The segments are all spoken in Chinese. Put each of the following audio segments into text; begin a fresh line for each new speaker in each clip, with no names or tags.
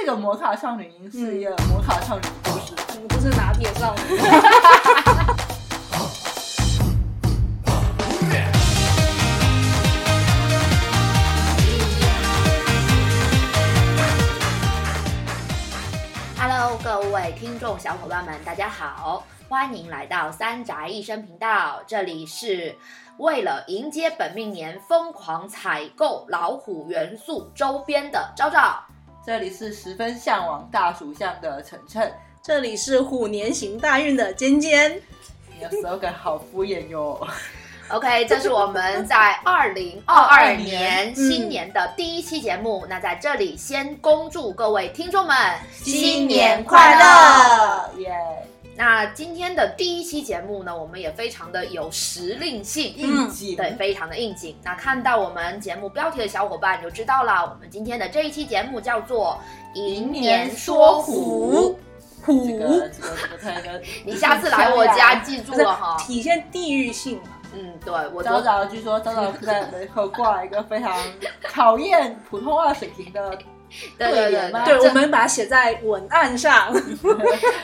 是有魔卡少女银饰，也有
嗯
魔卡少女故事。
我们就是拿铁上的。
Hello，各位听众小伙伴们，大家好，欢迎来到三宅一生频道，这里是为了迎接本命年疯狂采购老虎元素周边的昭昭。
这里是十分向往大属相的晨晨，
这里是虎年行大运的尖尖，
你的 slogan 好敷衍哟。
OK，这是我 们在二零二二
年
年新年的第一期节目。那在这里先恭祝各位听众们
新年快乐！
耶、
那今天的第一期节目呢，我们也非常的有时令性，
应景、
对，非常的应景。那看到我们节目标题的小伙伴就知道了，我们今天的这一期节目叫做《
迎
银
年
年
说
说
虎
哦虎
这
虎、
个这个这个太个，》。
你下次来我家记住
不是
了 哈。
体现地域性嘛？
嗯，对我
昭
昨
昭据说昭昭在门口挂了一个非常考验普通话水平的，对
对对
联
对
嘛啊
对，
这
我们把它写在文案上。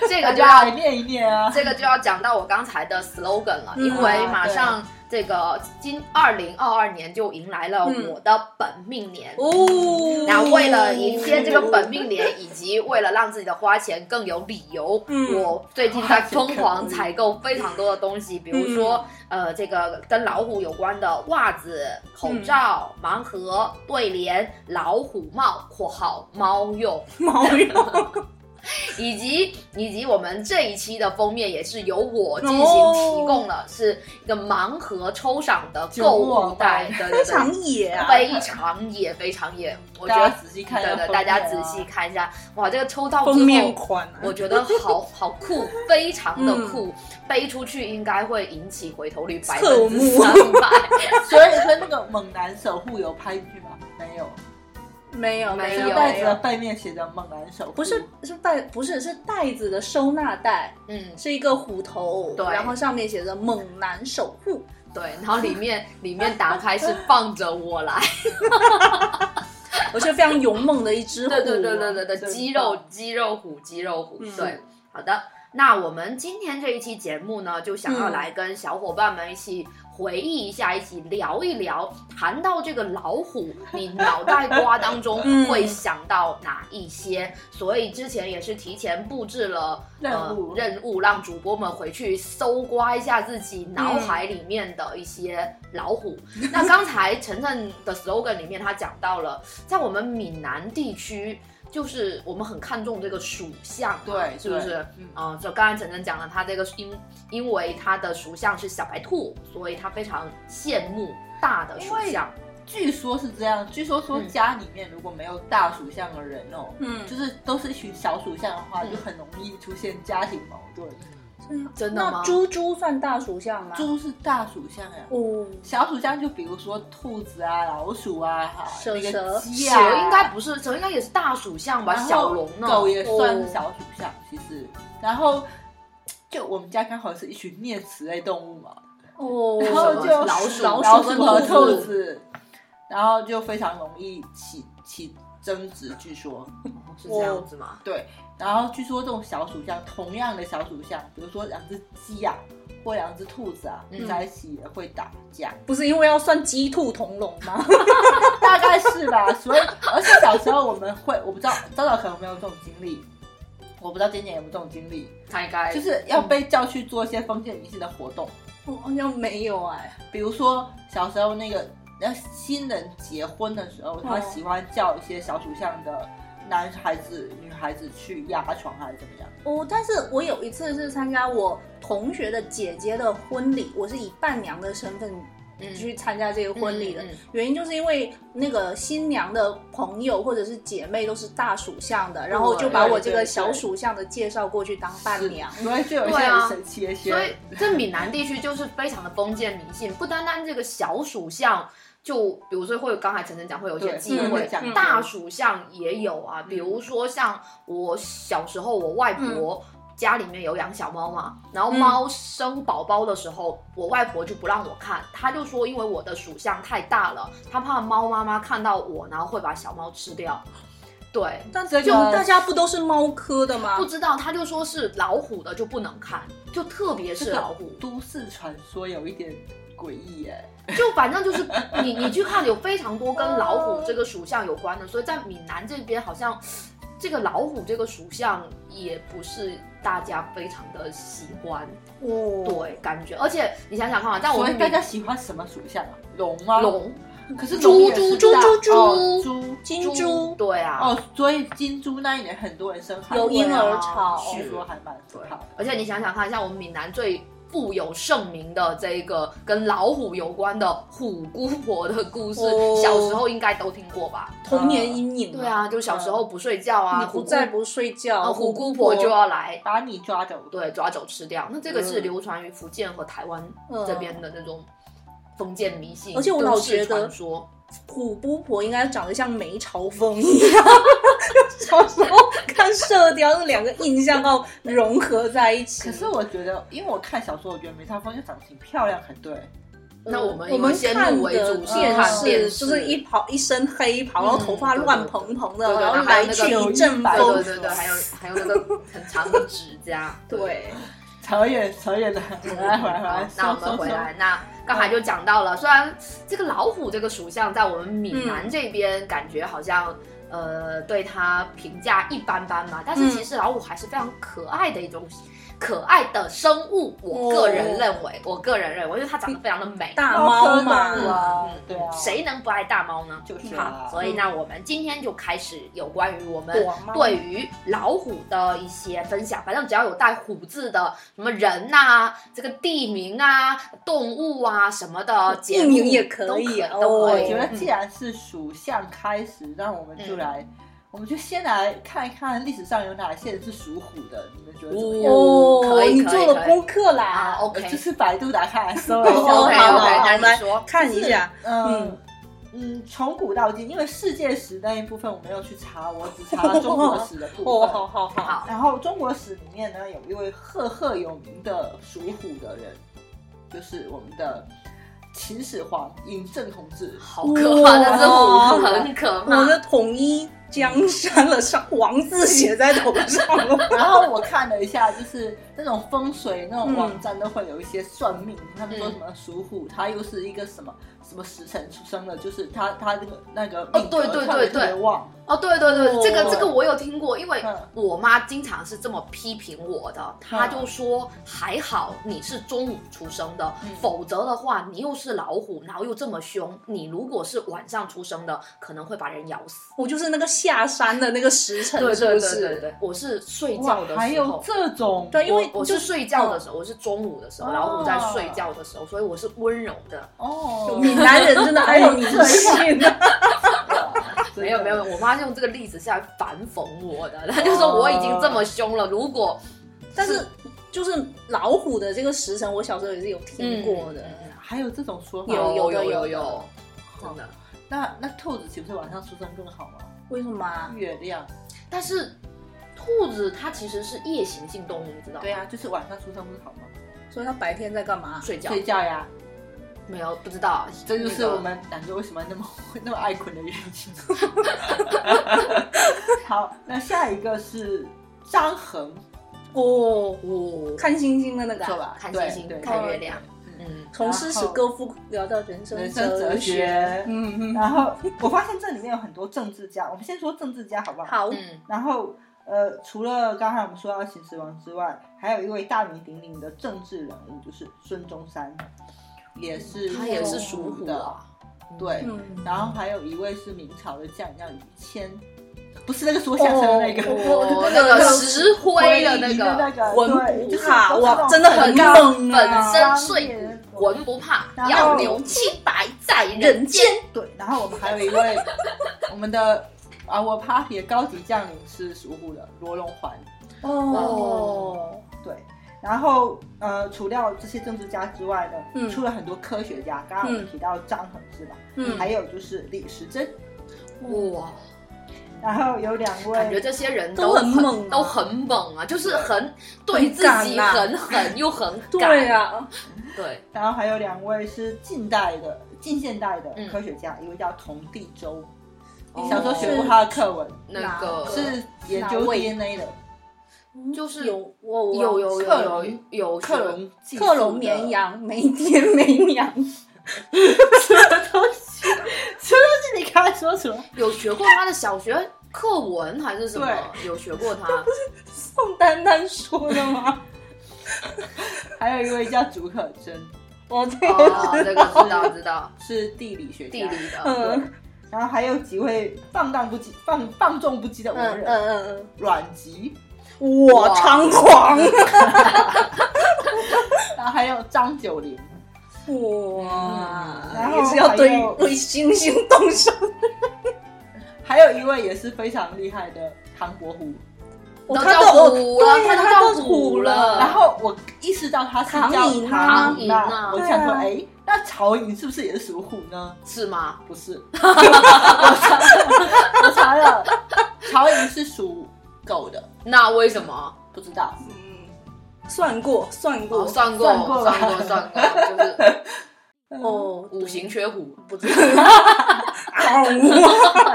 这
大
个就
家
要
来念一念啊。
这个就要讲到我刚才的 slogan 了，
嗯
因为马上这个今二零二二年就迎来了
嗯
我的本命年。
哦
那为了迎接这个本 命年，以及为了让自己的花钱更有理由，
嗯
我最近在疯狂采购非常多的东西，比如说、
嗯
呃，这个跟老虎有关的袜子、口罩、盲盒、对联、老虎帽（括号猫用
毛绒，），
以及以及我们这一期的封面也是由我进行提供
哦
了，是一个盲盒抽赏的购物袋，对对
非
对
常。野啊！
非常野，非常野，我觉
大
得
家仔细看一下
对对，
封
大家
面
仔
啊
细看一下，哇，这个抽到之
封面嗯
后，
款啊，
我觉得好好酷，非常的酷，背出去应该会引起回头率百
侧
分之
目
三百。
所以说那个猛男守护有拍进去吗？没有，
没有
没
这
有
个袋子的背面写着“猛男守护”，
不是是袋，不是是袋子的收纳袋，
嗯，
是一个虎头，
对
然后上面写着“猛男守护
对，然后里面里面打开是放着我来，”，
我是非常勇猛的一只虎。
对对对对对对，
真
肌肉
棒
肌肉虎肌肉虎，
嗯
对，好的。那我们今天这一期节目呢，就想要
嗯
来跟小伙伴们一起回忆一下，一起聊一聊，谈到这个老虎，你脑袋瓜当中
嗯
会想到哪一些？所以之前也是提前布置了
任务
呃、任务，让主播们回去搜刮一下自己脑海里面的一些老 虎。那刚才晨晨的 slogan 里面，他讲到了，在我们闽南地区，就是我们很看重这个属相嘛，
对，
是不
对
是？？
嗯，
嗯，就刚才晨晨讲了，他这个因因为他的属相是小白兔，所以他非常羡慕大的属相。
据说是这样，据说说
嗯
家里面如果没有大属相的人哦，
嗯，
就是都是一群小属相的话，
嗯
就很容易出现家庭矛盾。
真的吗
那？猪猪算大属相吗？
猪是大属相呀。
哦，
小属相就比如说兔子啊、老鼠啊、哈
蛇
那个鸡
蛇
啊，
应该不是，蛇应该也是大属相吧？
然后
小龙哦呢？
狗也算是小属相，其实。然后就我们家刚好是一群啮齿类动物嘛，
哦，
然后
什么
就
老鼠
老
老
鼠
鼠
和
和
兔
兔
子，然后就非常容易起起争执，据说。
哦是这样子吗？
对，然后据说这种小属相，同样的小属相，比如说两只鸡啊，或两只兔子啊，
嗯
在一起也会打架，
不是因为要算鸡兔同笼吗？
大概是吧。所以，而且小时候我们会，我不知道早早可能没有这种经历，我不知道尖尖有没有这种经历，
他应该
就是要被叫去做一些封建迷信的活动，
哦
我好像没有哎，
比如说小时候那个，然后新人结婚的时候，他
嗯
喜欢叫一些小属相的男孩子、女孩子去压床还是怎么样。
哦，但是我有一次是参加我同学的姐姐的婚礼，我是以伴娘的身份
嗯
去参加这个婚礼的
嗯嗯嗯，
原因就是因为那个新娘的朋友或者是姐妹都是大属相的，然后就把我这个小属相的介绍过去当伴娘。
所以就有一些
对啊
很神奇的一些，
所以这闽南地区就是非常的封建迷信，不单单这个小属相，就比如说会有刚才晨晨讲会有一些
对，
忌
嗯
讳
会，讲
嗯
大属相也有啊，比如说像我小时候，我外婆家里面有养小猫嘛，嗯然后猫生宝宝的时候，我外婆就不让我看，她就说因为我的属相太大了，她怕猫妈妈看到我，然后会把小猫吃掉。对，
但
这个
就大家不都是猫科的吗
不？知道他就说是老虎的就不能看，就特别是老虎，
都市传说有一点诡异哎，
就反正就是你你去看有非常多跟老虎这个属相有关的，所以在闽南这边好像这个老虎这个属相也不是大家非常的喜欢，
哦，
对，感觉，而且你想想看啊，在我
所
们
以大家喜欢什么属相啊？龙吗？
闽。龙
可是
猪
龙也是
猪
大
猪猪
哦猪
金猪
对啊，
哦，所以金猪那一年很多人生孩子，
有婴儿
哦
潮，
据说还蛮可
对
怕的，
而且你想想看，像我们闽南最富有盛名的这一个跟老虎有关的虎姑婆的故事，
哦
小时候应该都听过吧？
童年阴影。
对，啊，就是小时候不睡觉啊，
你不
虎姑
在不睡觉，
啊虎姑婆就要来。
把你抓走。
对，抓走吃掉。那这个是
嗯
流传于福建和台湾
嗯
这边的那种封建迷信，
而且我老
都市
觉得
传说，
虎姑婆应该长得像梅超风一样， 小时候看《射雕》，这两个印象要融合在一起。
可是我觉得，因为我看小说，我觉得梅超风就长得挺漂亮，很对。
那我们
嗯我们
因为先
看
入为
的
主是
电
看
视
电视
就是一袍一身黑袍，然后头发
嗯对对
乱蓬蓬
对
的，
对，
然后
还有
来
那
去
个
一阵
白
对
风。
对对，还有还有那个很长的指 甲，
对，
扯远扯远了，回 来回来回
好
来，，
那我们回来，那刚才就讲到了，虽然这个老虎这个属相在我们闽南这边感觉好像。呃，对它评价一般般嘛，但是其实老虎还是非常可爱的一种、可爱的生物。我个人认为，我个人认为，因为它长得非常的美，嗯
大
猫
猫
嘛，
嘛，
啊，对啊，
谁能不爱大猫呢？
就是
好，
啊，
所以呢，我们今天就开始有关于我们
躲猫
对于老虎的一些分享。反正只要有带“虎”字的，什么人呐、这个地名啊、动物啊什么的，节目
地名也可
都
以哦
都可
我
以。
觉得
嗯
既然是属相开始，那我们
嗯
就来，我们就先来看一看历史上有哪些人是属虎的，你们觉得怎么样？
可
哦，
以
你
可以
做了功课
啊
啦。
呃
，OK
就。是百度打开搜了一下，
哦
OK
好
OK，
好
那
好
你说，
看一下，
嗯嗯，从古到今，因为世界史那一部分我没有去查，我只查了中国史的部分。
哦，好好好，
好，
然后中国史里面呢，有一位赫赫有名的属虎的人，就是我们的秦始皇嬴政同志。
好可怕，
哇
但是虎很可怕
我。的统一江山了，上王字写在头上了。
然后我看了一下，就是那种风水那种
嗯
网站都会有一些算命，他们说
嗯
什么属虎，他又是一个什么什么时辰出生的，就是他他那个那个命格
哦对对
特别
对对
特别旺，
哦，对对对，
哦
这个这个我有听过，因为
嗯
我妈经常是这么批评我的，她就说还好你是中午出生的，
嗯
否则的话你又是老虎，然后又这么凶，你如果是晚上出生的，可能会把人咬死。
我就是那个下山的那个时辰，是不是？
对，我是睡觉
哇，
的
还
时
有
候。
这种，
对，因为
我我
就是
睡觉的时候，我是中午的时候，
哦
老虎在睡觉的时候，所以我是温柔的。
哦，
闽南人 真的还有迷
真
信呢。
的
没有没有，，我妈用这个例子是来反讽我的，她就说我已经这么凶了，如果
但是就是老虎的这个时辰，我小时候也是有听过的。
嗯哦
还有这种说法，哦
有
有
的
有
有
有
的，
真的。
那那兔子岂不是晚上出生更好吗？
为什么啊？
月亮，
但是兔子它其实是夜行性动物，你知道吗？
对呀、啊就是晚上出生不是好吗？
所以他白天在干嘛？
睡觉
睡觉呀，
没有不知道，
这就是
那个
我们男的为什么那么那么爱困的原因。好，那下一个是张衡，
哦，
哦，
看星星的那个
是
啊。
吧？
看
对
星星，
对
看
对
月亮，嗯，
从诗史歌赋聊到人生
人生哲
学。
学。
嗯嗯，
然后我发现这里面有很多政治家，我们先说政治家好不好？
好，
嗯，
然后呃，除了刚才我们说到秦始皇之外，还有一位大名鼎鼎的政治人物，就是孙中山，也嗯是
它嗯也是
属
属虎
的。
啊，
对，
嗯，
然后还有一位是明朝的将领叫于谦，不是那个说相声的那个，
哦，那个石灰的那
那
个，
个
文
对
武
就是
卡
都是那
哇，
种
真的很猛
粉
啊！
身碎骨，浑不怕，
然后
要留清白在人间。
对，然后我们还有一 位我们的啊，我 Papi 的高级将领是属虎的罗荣桓，
哦，
对。然后，呃，除掉这些政治家之外呢，
嗯
除了很多科学家，刚刚我们提到张衡是吧？
嗯
还有就是李时珍，
哇，
然后有两位，
感觉这些人
都很猛啊
都很猛啊，就是很对自己
很敢啊
很狠又很敢。
对啊呀，
对，
然后还有两位是近代的、近现代的
嗯
科学家，一位叫童第周，
哦
小时候学过他的课文，
那个
哪
是研究
哪位
DNA 的
就是
嗯有我
有有
克
有有
隆
有
克
学
隆技术的
克隆绵，羊，没爹没娘，
是 你刚才说什么？
有学过他的小学课文还是什么？有学过他，
宋丹丹说的吗？
还有一位叫竺可桢，
我这
哦，这个知道知道，
是地理学家
地理的，
嗯
然后还有几位放荡不羁、放放纵不羁的文
嗯嗯
人，
嗯
阮籍，
嗯，我
哇
猖狂，
然后还有张九龄，
哇，
然后
也是要对
还有
对猩猩动 手。
还有一位也是非常厉害的唐伯虎。
我
都
看
叫
到我
虎
对
了，
呀
他
他
都
叫
叫虎
虎
了，
然后我意识到他是叫
嗯唐寅啊
唐
唐寅啊
啊，我
对啊
想说，哎，那曹寅是不是也是属虎呢？
是吗？
不是， 我查了，我查了，曹寅是属狗的，
那为什么？
不知道。
嗯算过算
哦，
过
算过，
算过吧
算过，算过，就是
哦，
五行缺虎，
不知道，嗷 呜，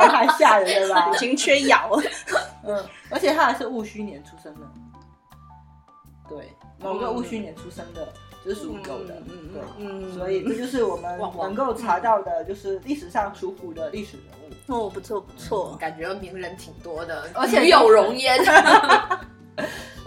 太吓人了吧
五？行缺氧，
嗯，而且他还是戊戌年出生的，对，某个戊戌年出生的，就是属狗的，
嗯
对，
嗯
所以这就是我们
旺旺
能够查到的，就是历史上属虎的历史人物。
哦不错不错，
感觉名人挺多的，
而且
与有容焉，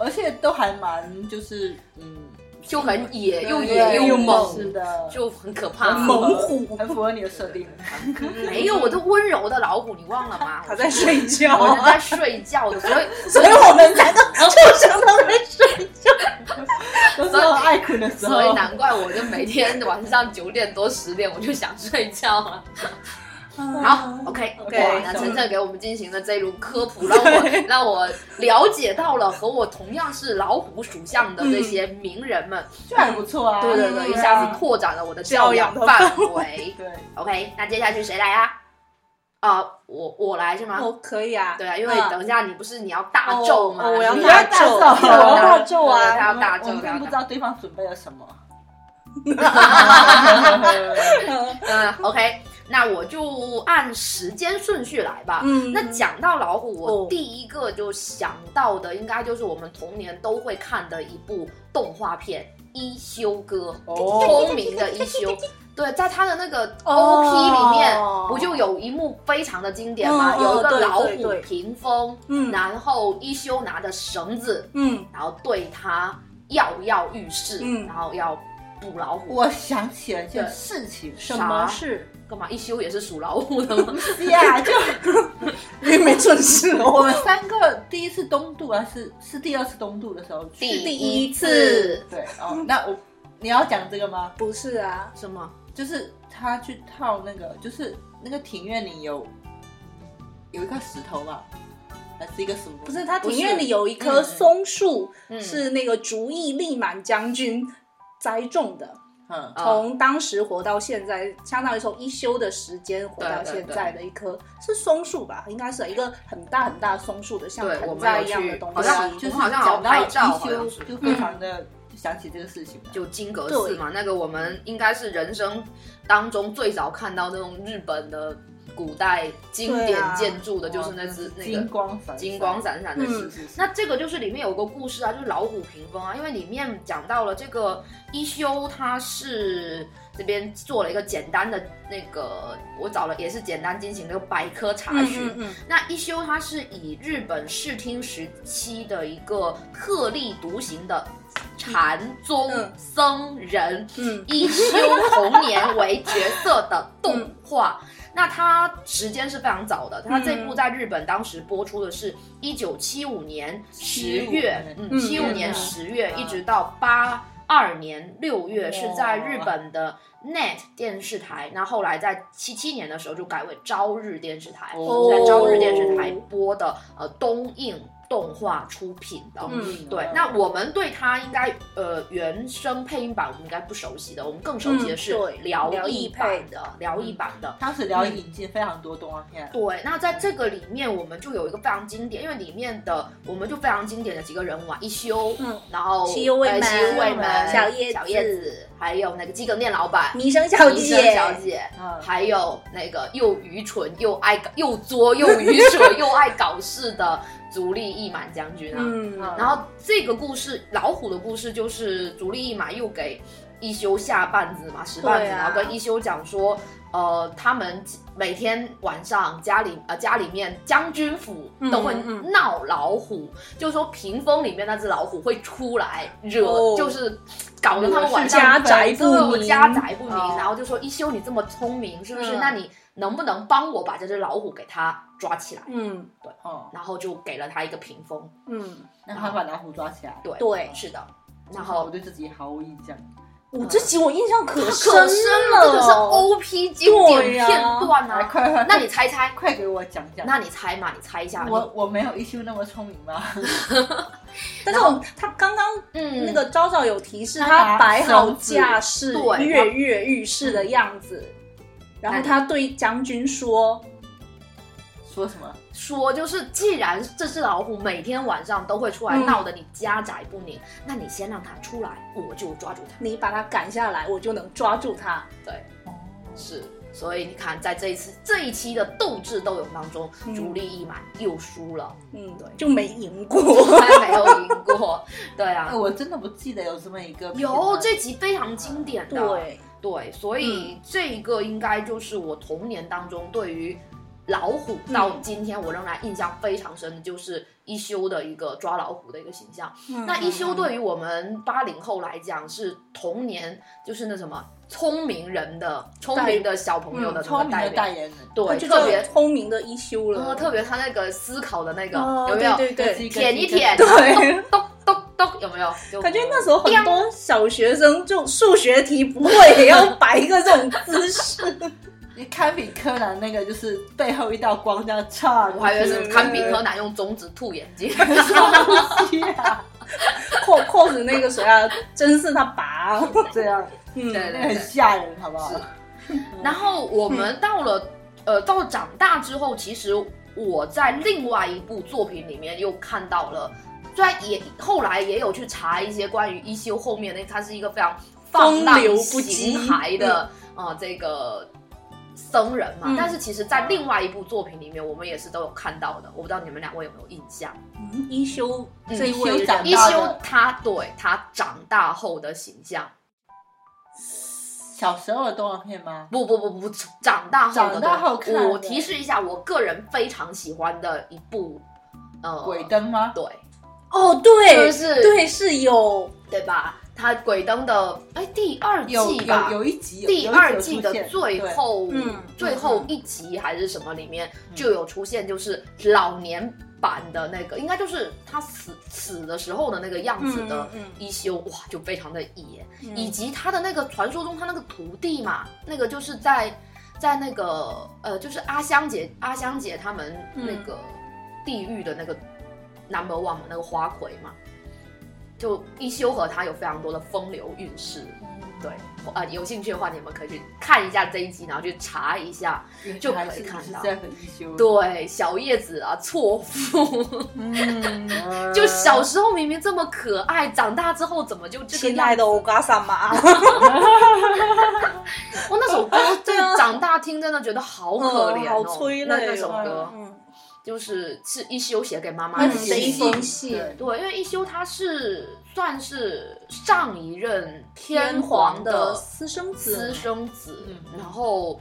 而且都还蛮就是嗯，
就很野，又
对
野又
是
猛，
的，
就很可怕。
很符合
猛虎
很符合你的设定。
没有，我都温柔的老虎，你忘了吗？
他在睡觉，
我是在睡觉的，所以
所以我们才能
哦
就相当于
都是我爱困的时候
所以，难怪我就每天晚上九点多十点我就想睡觉了。好，OK
OK，
哇那晨晨给我们进行了这一轮科普，让我让我了解到了和我同样是老虎属相的这些名人们。
就还不错啊。
对对对，一下子拓展了我的教养范围。
对，
OK，那接下去谁来啊？啊，我我来是吗？
哦可以啊，
对啊，因为
嗯
等一下你不是你要大咒吗？
哦哦我要
你
大咒
咒，
我要
大咒啊
对他要
嗯我
大
们
咒，
我们
他
并
要
不
大
知
咒。
道对方准备了什么。
嗯，OK，那我就按时间顺序来吧。
嗯
那讲到老虎，
哦
我第一个就想到的应该就是我们童年都会看的一部动画片《一休哥》，
哦
聪明的一休。 对，在他的那个 OP 里面，
嗯哦
不就有一幕非常的经典吗？
嗯嗯
有一个
对
老
对
虎
对
屏风，
嗯
然后一休拿着绳子，
嗯
然后对他跃跃欲试，
嗯
然后要捕老虎。
我想起了一件事情，
什么事？
干嘛？一休啊也是属老虎的吗？
是呀，就
因为没准时
我
哦，
们三个第一次东渡啊，是是第二次东渡的时候去。
是第
一
一次
对哦，那我你要讲这个吗？
不是啊，
什么？
就是他去套那个，就是那个庭院里有有一块石头嘛，还是一个什么？
不是他
不是
庭院里有一棵松树，
嗯
是那个竹意力满将军栽种的，
嗯，
啊
从当时活到现在，相当于从一休的时间活到现在的一棵是松树吧，应该是一个很大很大松树的，像
对我
盆
们
栽
有
一样
去
的东
好
西。
像
就是
我们好像好
讲
像
到
拍
一
照好像
休，
是
就非常的想起这个事情了。
就金阁寺
对
嘛，那个我们应该是人生当中最早看到那种日本的古代经典建筑的，就是那只那
哦金
个
光闪闪
金光闪闪的
嗯
狮子。那这个就是里面有个故事啊，就是老虎屏风啊，因为里面讲到了这个一休，他是这边做了一个简单的那个，我找了也是简单进行了一个百科查询，
嗯
那一休他是以日本视听时期的一个特立独行的禅宗
嗯
僧人
嗯
一休童年为角色的动画。那他时间是非常早的，他这部在日本当时播出的是一九七五年十月，
75
嗯，七五
嗯
年十月
嗯
一直到八二年六月
哇
是在日本的 NET 电视台，那后来在七七年的时候就改为朝日电视台，
哦
在朝日电视台播的呃东映动画出品的。
嗯
对，那我们对它应该呃原声配音版我们应该不熟悉的，我们更熟悉的是
嗯对
辽
辽
译
译
版
配嗯
的辽译版的。
当时辽影引进非常多动画片，
对，那在这个里面，我们就有一个非常经典，因为里面的我们就非常经典的几个人物啊，一休，
嗯
然后
西游卫
呃
门
西游卫门、
小叶子
小叶子，还有那个鸡梗店老板，
弥生小
医
姐
生，小姐，啊
嗯
还有那个又愚蠢又爱搞又作又愚蠢又爱搞事的足利义满将军啊。
嗯
嗯
然后这个故事，老虎的故事就是足利义满又给一休下绊子嘛，使绊子，
对啊
然后跟一休讲说，呃，他们每天晚上家里呃家里面将军府都会
嗯
闹老
嗯
虎，就是说屏风里面那只老虎会出来惹，
哦
就是搞得他们晚上
家宅不宁
对家宅不宁，
哦
然后就说一休你这么聪明，是不是？
嗯
那你能不能帮我把这只老虎给它抓起来？
嗯
哦，
然后就给了他一个屏风。
嗯，
那他把老虎抓起来，
对
对
是的。然
我
后
对自己毫无印象。
我这集我印象可深
可深了，这个是
哦
OP 经典片段
来，
啊！
快快，
那你猜猜，
快给我讲讲。
那你猜嘛？你猜一下。
我我没有一休那么聪明吗？
但是我他刚刚
你嗯，
那个昭昭有提示，
他拿
他摆好
绳子
架势，
对哎
跃跃欲试的样子。然后他对将军说
说什么？
说就是，既然这只老虎每天晚上都会出来
嗯
闹得你家宅不宁，那你先让它出来，我就抓住：“它。
你把他赶下来，我就能抓住他。
对，
哦，
是。所以你看，在这一次这一期的斗智斗勇当中，
嗯
朱莉一满又输了，”
嗯，
对
就没赢 过。
她没有赢过。 对
哎
啊，
我真的不记得有这么一个片段。
有这集非常经典的。
对，
对，所
嗯
以这一个应该就是我童年当中对于老虎
嗯
到今天我仍然印象非常深的，就是一休的一个抓老虎的一个形象。
嗯
那一休对于我们八零后来讲是童年，就是那什么聪明人的聪明的小朋友的
嗯
那
聪
个
明
代
的
表
代。言人，
他
对，
就
特
叫
别
聪明的一休
呃，
了，
特别他那个思考的那个
哦
有没有？
对对对
舔一舔，
对，
咚咚咚，有没有？就
感觉那时候很多小学生就数学题不会，也要摆一个这种姿势。
你堪比柯南那个，就是背后一道光这样叉过去，
我还以为
嗯
是堪 比柯南用中指吐眼 睛。
西啊，
扣扣子那个谁啊，真是他爸。
这样
嗯，
对
那很吓人，好不好？
然后我
嗯
们到了、呃，到长大之后，其实我在另外一部作品里面又看到了，虽然也后来也有去查一些关于一休后面那，他是一个非常放荡
风流不羁
形骸的呃这个僧人嘛，
嗯
但是其实，在另外一部作品里面，我们也是都有看到的，我不知道你们两位有没有印象？
嗯一休
嗯
这一
一
位
休长
人
一
大
休
的
他对他长大后的形象，
小时候的动画片吗？
不不不不，长大后的
长大后看的
我提示一下，我个人非常喜欢的一部，呃，
鬼灯吗？
对，
哦，对，
就是
对是有
对吧？它鬼灯的哎第二
有
季吧
有，有一集，有
第二季的
有一集有出现
最后
对嗯
最后一集还是什么里面
嗯
就有出现，就是老年版的那个，应该就是他死死的时候的那个样子的
嗯嗯
一休，哇，就非常的野。
嗯
以及他的那个传说中他那个徒弟嘛，那个就是在在那个呃，就是阿香姐阿香姐他们那个地狱的那个 number one 嘛，那个花魁嘛，就一休和他有非常多的风流韵事。对，呃，有兴趣的话，你们可以去看一下这一集，然后去查一下。
对
就可以
原来是
看
是
到
这样的一休，
对，小叶子啊，错付，
嗯，
就小时候明明这么可爱，长大之后怎么就这个
亲
样子啊
爱的欧嘎萨玛，
哇，那首歌 对长大听真的觉得好可怜、哦
嗯好催泪
那
哦
那首歌
嗯，
就是是一休写给妈妈
那
的
嗯
是一
信
封信，
对
对，因为一休他是算是上一任天
皇
皇
的
的
私生
私
子，
生子，
嗯
然后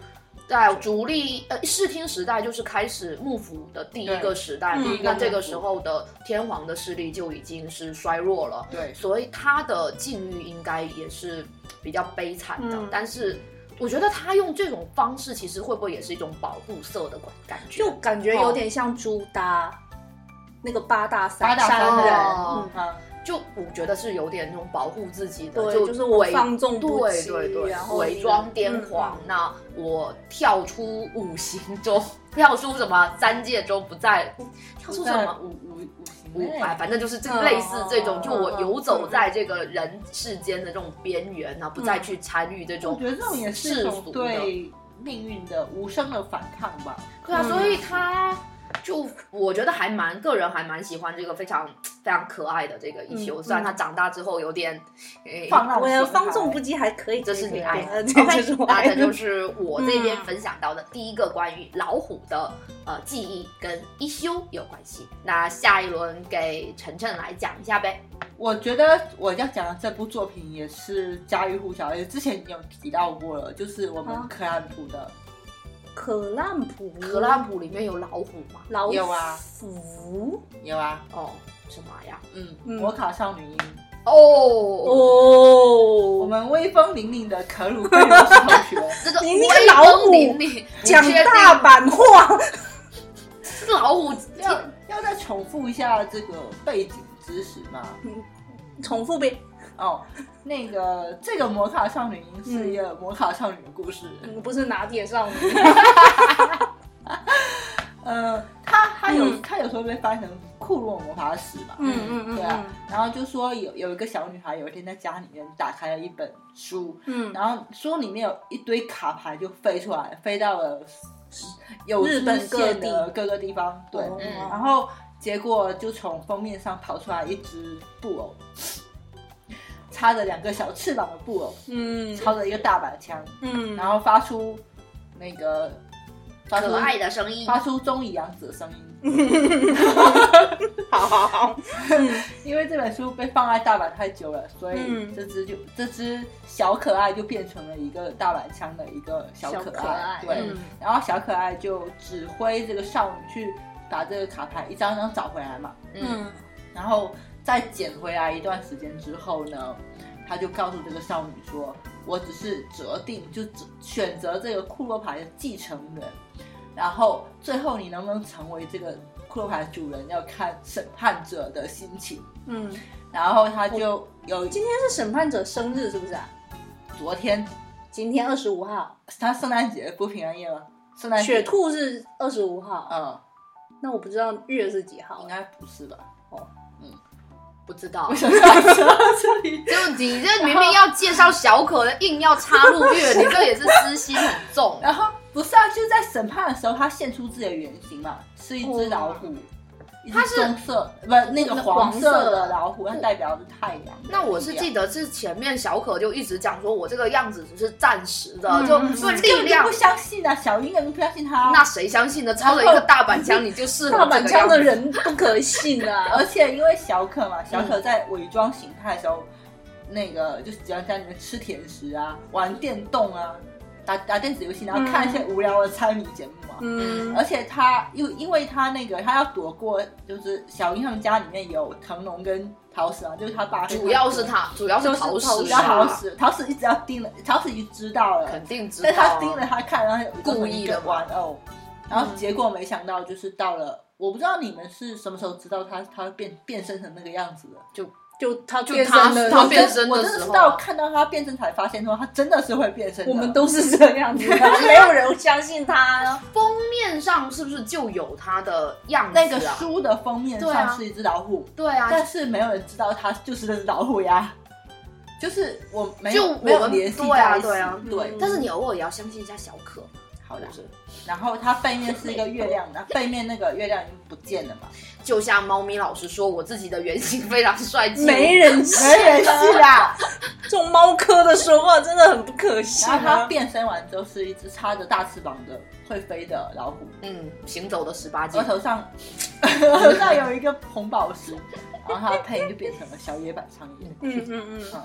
在主力呃视听时代就是开始幕府的第一个
对
时代
嗯
嘛
第一，
个
那这
幕
个
府
时候的天皇的势力就已经是衰弱了，
对，
所以他的境遇应该也是比较悲惨的。
嗯
但是我觉得他用这种方式，其实会不会也是一种保护色的感觉？
就感觉有点像朱耷。那个八大
八
三
大山
山人，
哦
嗯
啊，
就我觉得是有点那种保护自己的，
对，
就
就是我
伪
放纵不
对
羁，
对对
然，后嗯
伪装癫狂。那我跳出五行中， 跳出什么三界中不在，跳出什么
五五五行
五
内
哎，反正就是这
哦
嗯
类似这种，
嗯
就我
嗯
游走在这个人世间的这种边缘，然后不再去参与这
嗯我
种
觉得这种也是一
世
种
俗的。
对命运的无声的反抗吧。
对啊，
嗯
所以他就我觉得还蛮个人还蛮喜欢这个非常非常可爱的这个一休，
嗯
虽然他长大之后有点诶
放浪
我觉
形
得
骸
方纵不羁还可以，
这是你爱的。哎
对这是
OK，
我
那
爱
这
的。
就是我这边
嗯
分享到的第一个关于老虎的呃记忆跟一休有关系。那下一轮给晨晨来讲一下呗。
我觉得我要讲的这部作品也是家喻户晓，也之前有提到过了，就是我
啊
们克兰普的，
可烂普，
嗯
可拉普里面有老虎吗？
老
有啊
虎
有啊，
哦，什么呀？
嗯，
嗯
摩卡少女樱，
哦，
我
哦，
们威风凛凛的可鲁贝鲁小学，
这个
你那个
威风
老虎
凛凛
讲
不确定
大阪话，
这个老虎
要要再重复一下这个背景知识吗？
重复呗。
哦，那个这个摩卡少女樱是一个摩卡少女的故事，
嗯不是拿铁少女，
呃，它它有
嗯
它有时候被翻成库洛魔法使吧，
嗯嗯嗯
对啊，然后就说有有一个小女孩有一天在家里面打开了一本书，
嗯，
然后书里面有一堆卡牌就飞出来，飞到了呃有
日本各
县的
地
各个地方，对，
哦
嗯
然后结果就从封面上跑出来一只布偶，插着两个小翅膀的布偶，
嗯
操着一个大板枪，
嗯，
然后发出那个发出
可爱的声音
发出中野洋子的声音，
好好好，
因为这本书被放在大阪太久了，所以
嗯
这只就、这只小可爱就变成了一个大阪腔的一个小可爱，
小可爱
对、
嗯
然后小可爱就指挥这个少女去把这个卡牌一张张找回来嘛，
嗯，
嗯
然后再捡回来一段时间之后呢，他就告诉这个少女说：“我只是择定，就只选择这个库洛牌的继承人，然后最后你能不能成为这个库洛牌的主人，要看审判者的心情。
嗯，”
然后他就有
今天是审判者生日是不是啊？
昨天
今天二十五号，
他圣诞节不平安夜吗？圣诞节，
雪兔是二十五号，
嗯，
那我不知道月是几号
应，该不是 吧？
不知 道
为。什么要说到这里？
就你这明明要介绍小可的，硬要插入月，你这也是私心很 重。
嗯
然后不是啊，就是在审判的时候，他现出自己的原型嘛，是一只老虎，一只
它是
棕色，不哦那个黄色的老虎，它代表的是太阳。
那我是记
得
得是前面小可就一直讲说，我这个样子只是暂时的，
嗯
就
嗯
就
嗯
力
力量
量
不。相信啊，小英根本不相信他。啊
那谁相信呢？抄了一个大板枪，你就适合
啊大阪
这个
腔
样
的
子。
人不可信啊
而，且因为小可嘛，
嗯
小可在伪装形态的时候，那个就喜欢在里面吃甜食啊，玩电动啊，打打电子游戏，然后看一些
嗯
无聊的猜谜节目啊。
嗯
而且他又因为他那个他要躲过，就是小英他们家里面有腾龙跟桃矢啊，就是他爸跟
主要是他，主要是
就是
桃
桃
矢
矢，桃
啊，
矢，桃矢一直要盯了，桃矢已经知道了，
肯定知道
但
啊。
他盯着他看，然后
故意的嘛
就玩偶，哦然后结果没想到就是到了，我不知道你们是什么时候知道他他变变身成那个样子的，
就他
就
变
他
身了，
他
我真
变身的
我真的
时
是
候啊
到看到他变身才发现说他真的是会变身的，
我们都是这样子的，没有人相信
啊
他。
封面上是不是就有他的样子
那个
啊？
书的封面
对啊
上是一只老虎，
对啊，
但是没有人知道他就是那只老虎呀。就是我没
就
有
我们
没有联系在一起，
对啊
对啊
对
但是你偶尔也要相信一下小可，
好
是
的
不。是？
然后它背面是一个月亮，然后背面那个月亮已经不见了 嘛，
就像猫咪老师说，我自己的原型非常帅气，
没人信啊，
没人信啦。
这种猫科的说话真的很不可信
然后它
啊。
变身完之后是一只插着大翅膀的会飞的老虎，
嗯，行走的十八禁
额，头上额头上有一个红宝石，然后它的配音就变成了小野坂上野。
嗯嗯嗯，
嗯，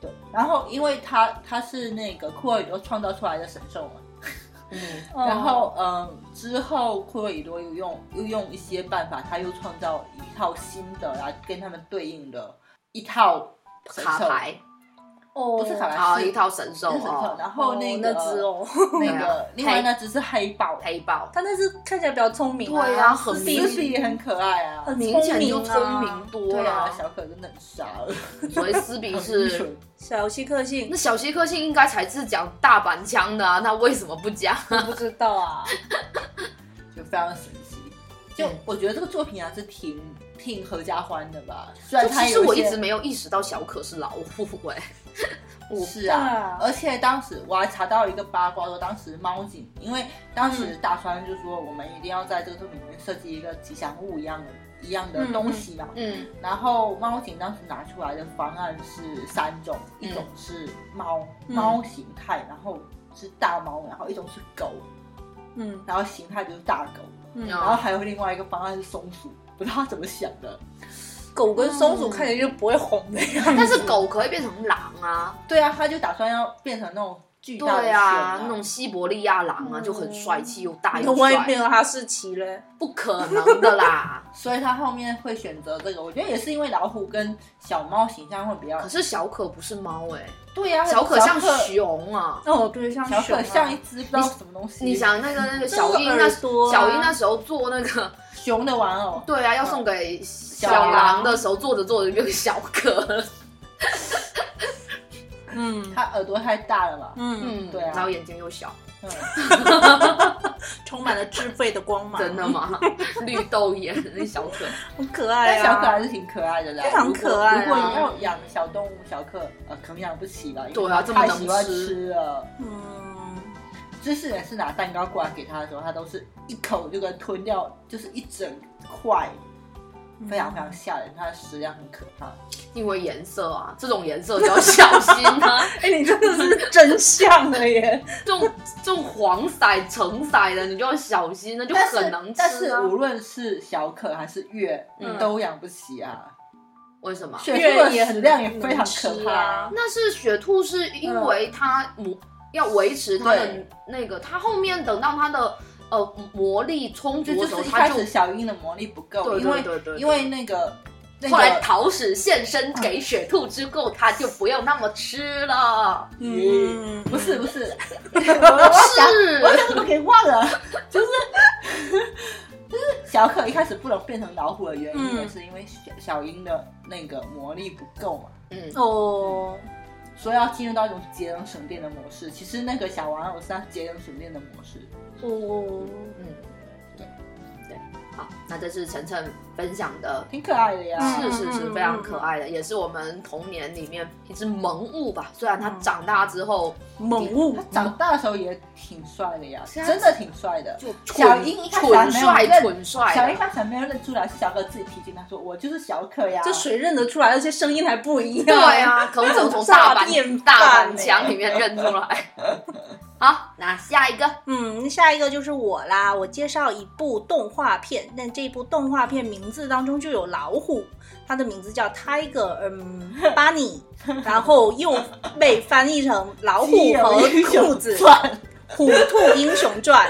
对。然后因为它它是那个库洛宇多创造出来的神兽嘛，
嗯，
哦
然后嗯之后库洛宇多又用又用一些办法，他又创造一套新的来跟他们对应的一套神
卡
兽
牌
哦，
不是卡
啊，
牌，是
一套神兽
是神兽，
哦，
然后那个
哦那只哦，
那
对啊
个另外那只是黑豹，
黑 豹，
他那只看起来比较聪明啊，
对啊很
是
明
比
比
比也很可爱啊，
很
明显就聪
聪明啊
明多
对
了
啊，
啊。
小可真的很傻了，
所以斯比
很 愚
是
蠢，
小西克信
那小西克星应该才是讲大阪腔的啊，那为什么不讲？
我不知道啊，
就非常神奇。就
嗯
我觉得这个作品啊还是挺挺合家欢的吧，虽
就
然它
其实
有
我一
些
直没有意识到小可是老虎哎、
我
是啊
啊，
而且当时我还查到一个八卦，说当时猫警，因为当时
嗯
大川就说我们一定要在这个作品里面设计一个吉祥物一样的一样的东西嘛。
嗯
然后猫警当时拿出来的方案是三种，
嗯
一种是猫、
嗯
猫形态，然后是大猫，然后一种是狗，
嗯
然后形态就是大狗，
嗯，
然后还有另外一个方案是松鼠，不知道他怎么想的。
狗跟松鼠看起来就不会红的样子。
但是狗可以变成狼啊，
对啊，他就打算要变成那种巨大的
对
犬
啊，那种西伯利亚狼啊，
嗯
就很帅气又大
那
又
万一
帅，
变成啊哈士奇嘞？
不可能的啦。
所以他后面会选择这个，我觉得也是因为老虎跟小猫形象会比较
可是小可不是猫哎、
对呀、
小可像
小可
熊啊。
哦，对，像
小
熊
可
啊
像一只不知道什么东西，
你想那个那个小樱那
耳朵啊
小樱那时候做那个，
熊的玩偶，
对啊，要送给小
狼
狼的时候，做着做着就变成小可了，
嗯
它耳朵太大了吧？
嗯，
嗯，
对啊
然后眼睛又小，
嗯，
充满了智慧的光芒，
真 的吗？绿豆眼那小可，
很可爱
但小可
啊。
还是挺可爱的啦，
非常可爱啊
如果如果你要养小动物，小可呃可能养不起吧，因为
对啊这么
太
能
喜欢
吃
吃了。
嗯，
就是每次拿蛋糕过来给他的时候，他都是一口就给吞掉，就是一整块，嗯非常非常吓人，它的食量很可怕。
因为颜色啊，这种颜色就要小心 啊，
哎，你真的是真相了耶！
这种这种黄色、橙色的你就要小心，那就
但
很
是
能
但
吃
是
啊。
无论是小可还是月，
嗯
都养不起啊。
为什么？
雪兔的
也
食
很
量也非常
能
可
吃
怕
啊。
那是雪兔是因
嗯
为它母、要维持它的那个，它后面等到它的呃魔力充
就
足的时
就
候，
是一
它
开
就
始小樱的魔力不够，
对
因
对
为
对对，
因为那个那
后来
个嗯
桃矢现身给雪兔之后，它就不要那么吃了。
嗯不是不是，
是
我想怎么给忘了，就是就是小可一开始不能变成老虎的原因，
嗯
也是因为小小樱的那个魔力不够嘛。
嗯，
哦，
所以要进入到一种节能省电的模式，其实那个小玩偶是它节能省电的模式。
哦，
嗯好，那这是晨晨分享的。
挺可爱的呀。
嗯
是是是，非常可爱的，也是我们童年里面一只萌物吧。虽然它
嗯
长大之后
猛物
他长大的时候也挺帅的呀，
是啊
真的挺帅的。
就
小樱一开始还
蠢
没有认
帅蠢帅
小
的
樱，当时没有认出来，是小可自己提醒他说：“我就是小可呀。”
这谁认得出来？而且声音还不 一样。
对啊，可能只有从大
诈骗犯
阪大阪
欸
墙里面认出来。 好，那下一个，
嗯，下一个就是我啦。我介绍一部动画片，但这部动画片名字当中就有老虎，它的名字叫 Tiger，嗯，Bunny，然后又被翻译成《老虎和兔子
转
虎兔英雄传》。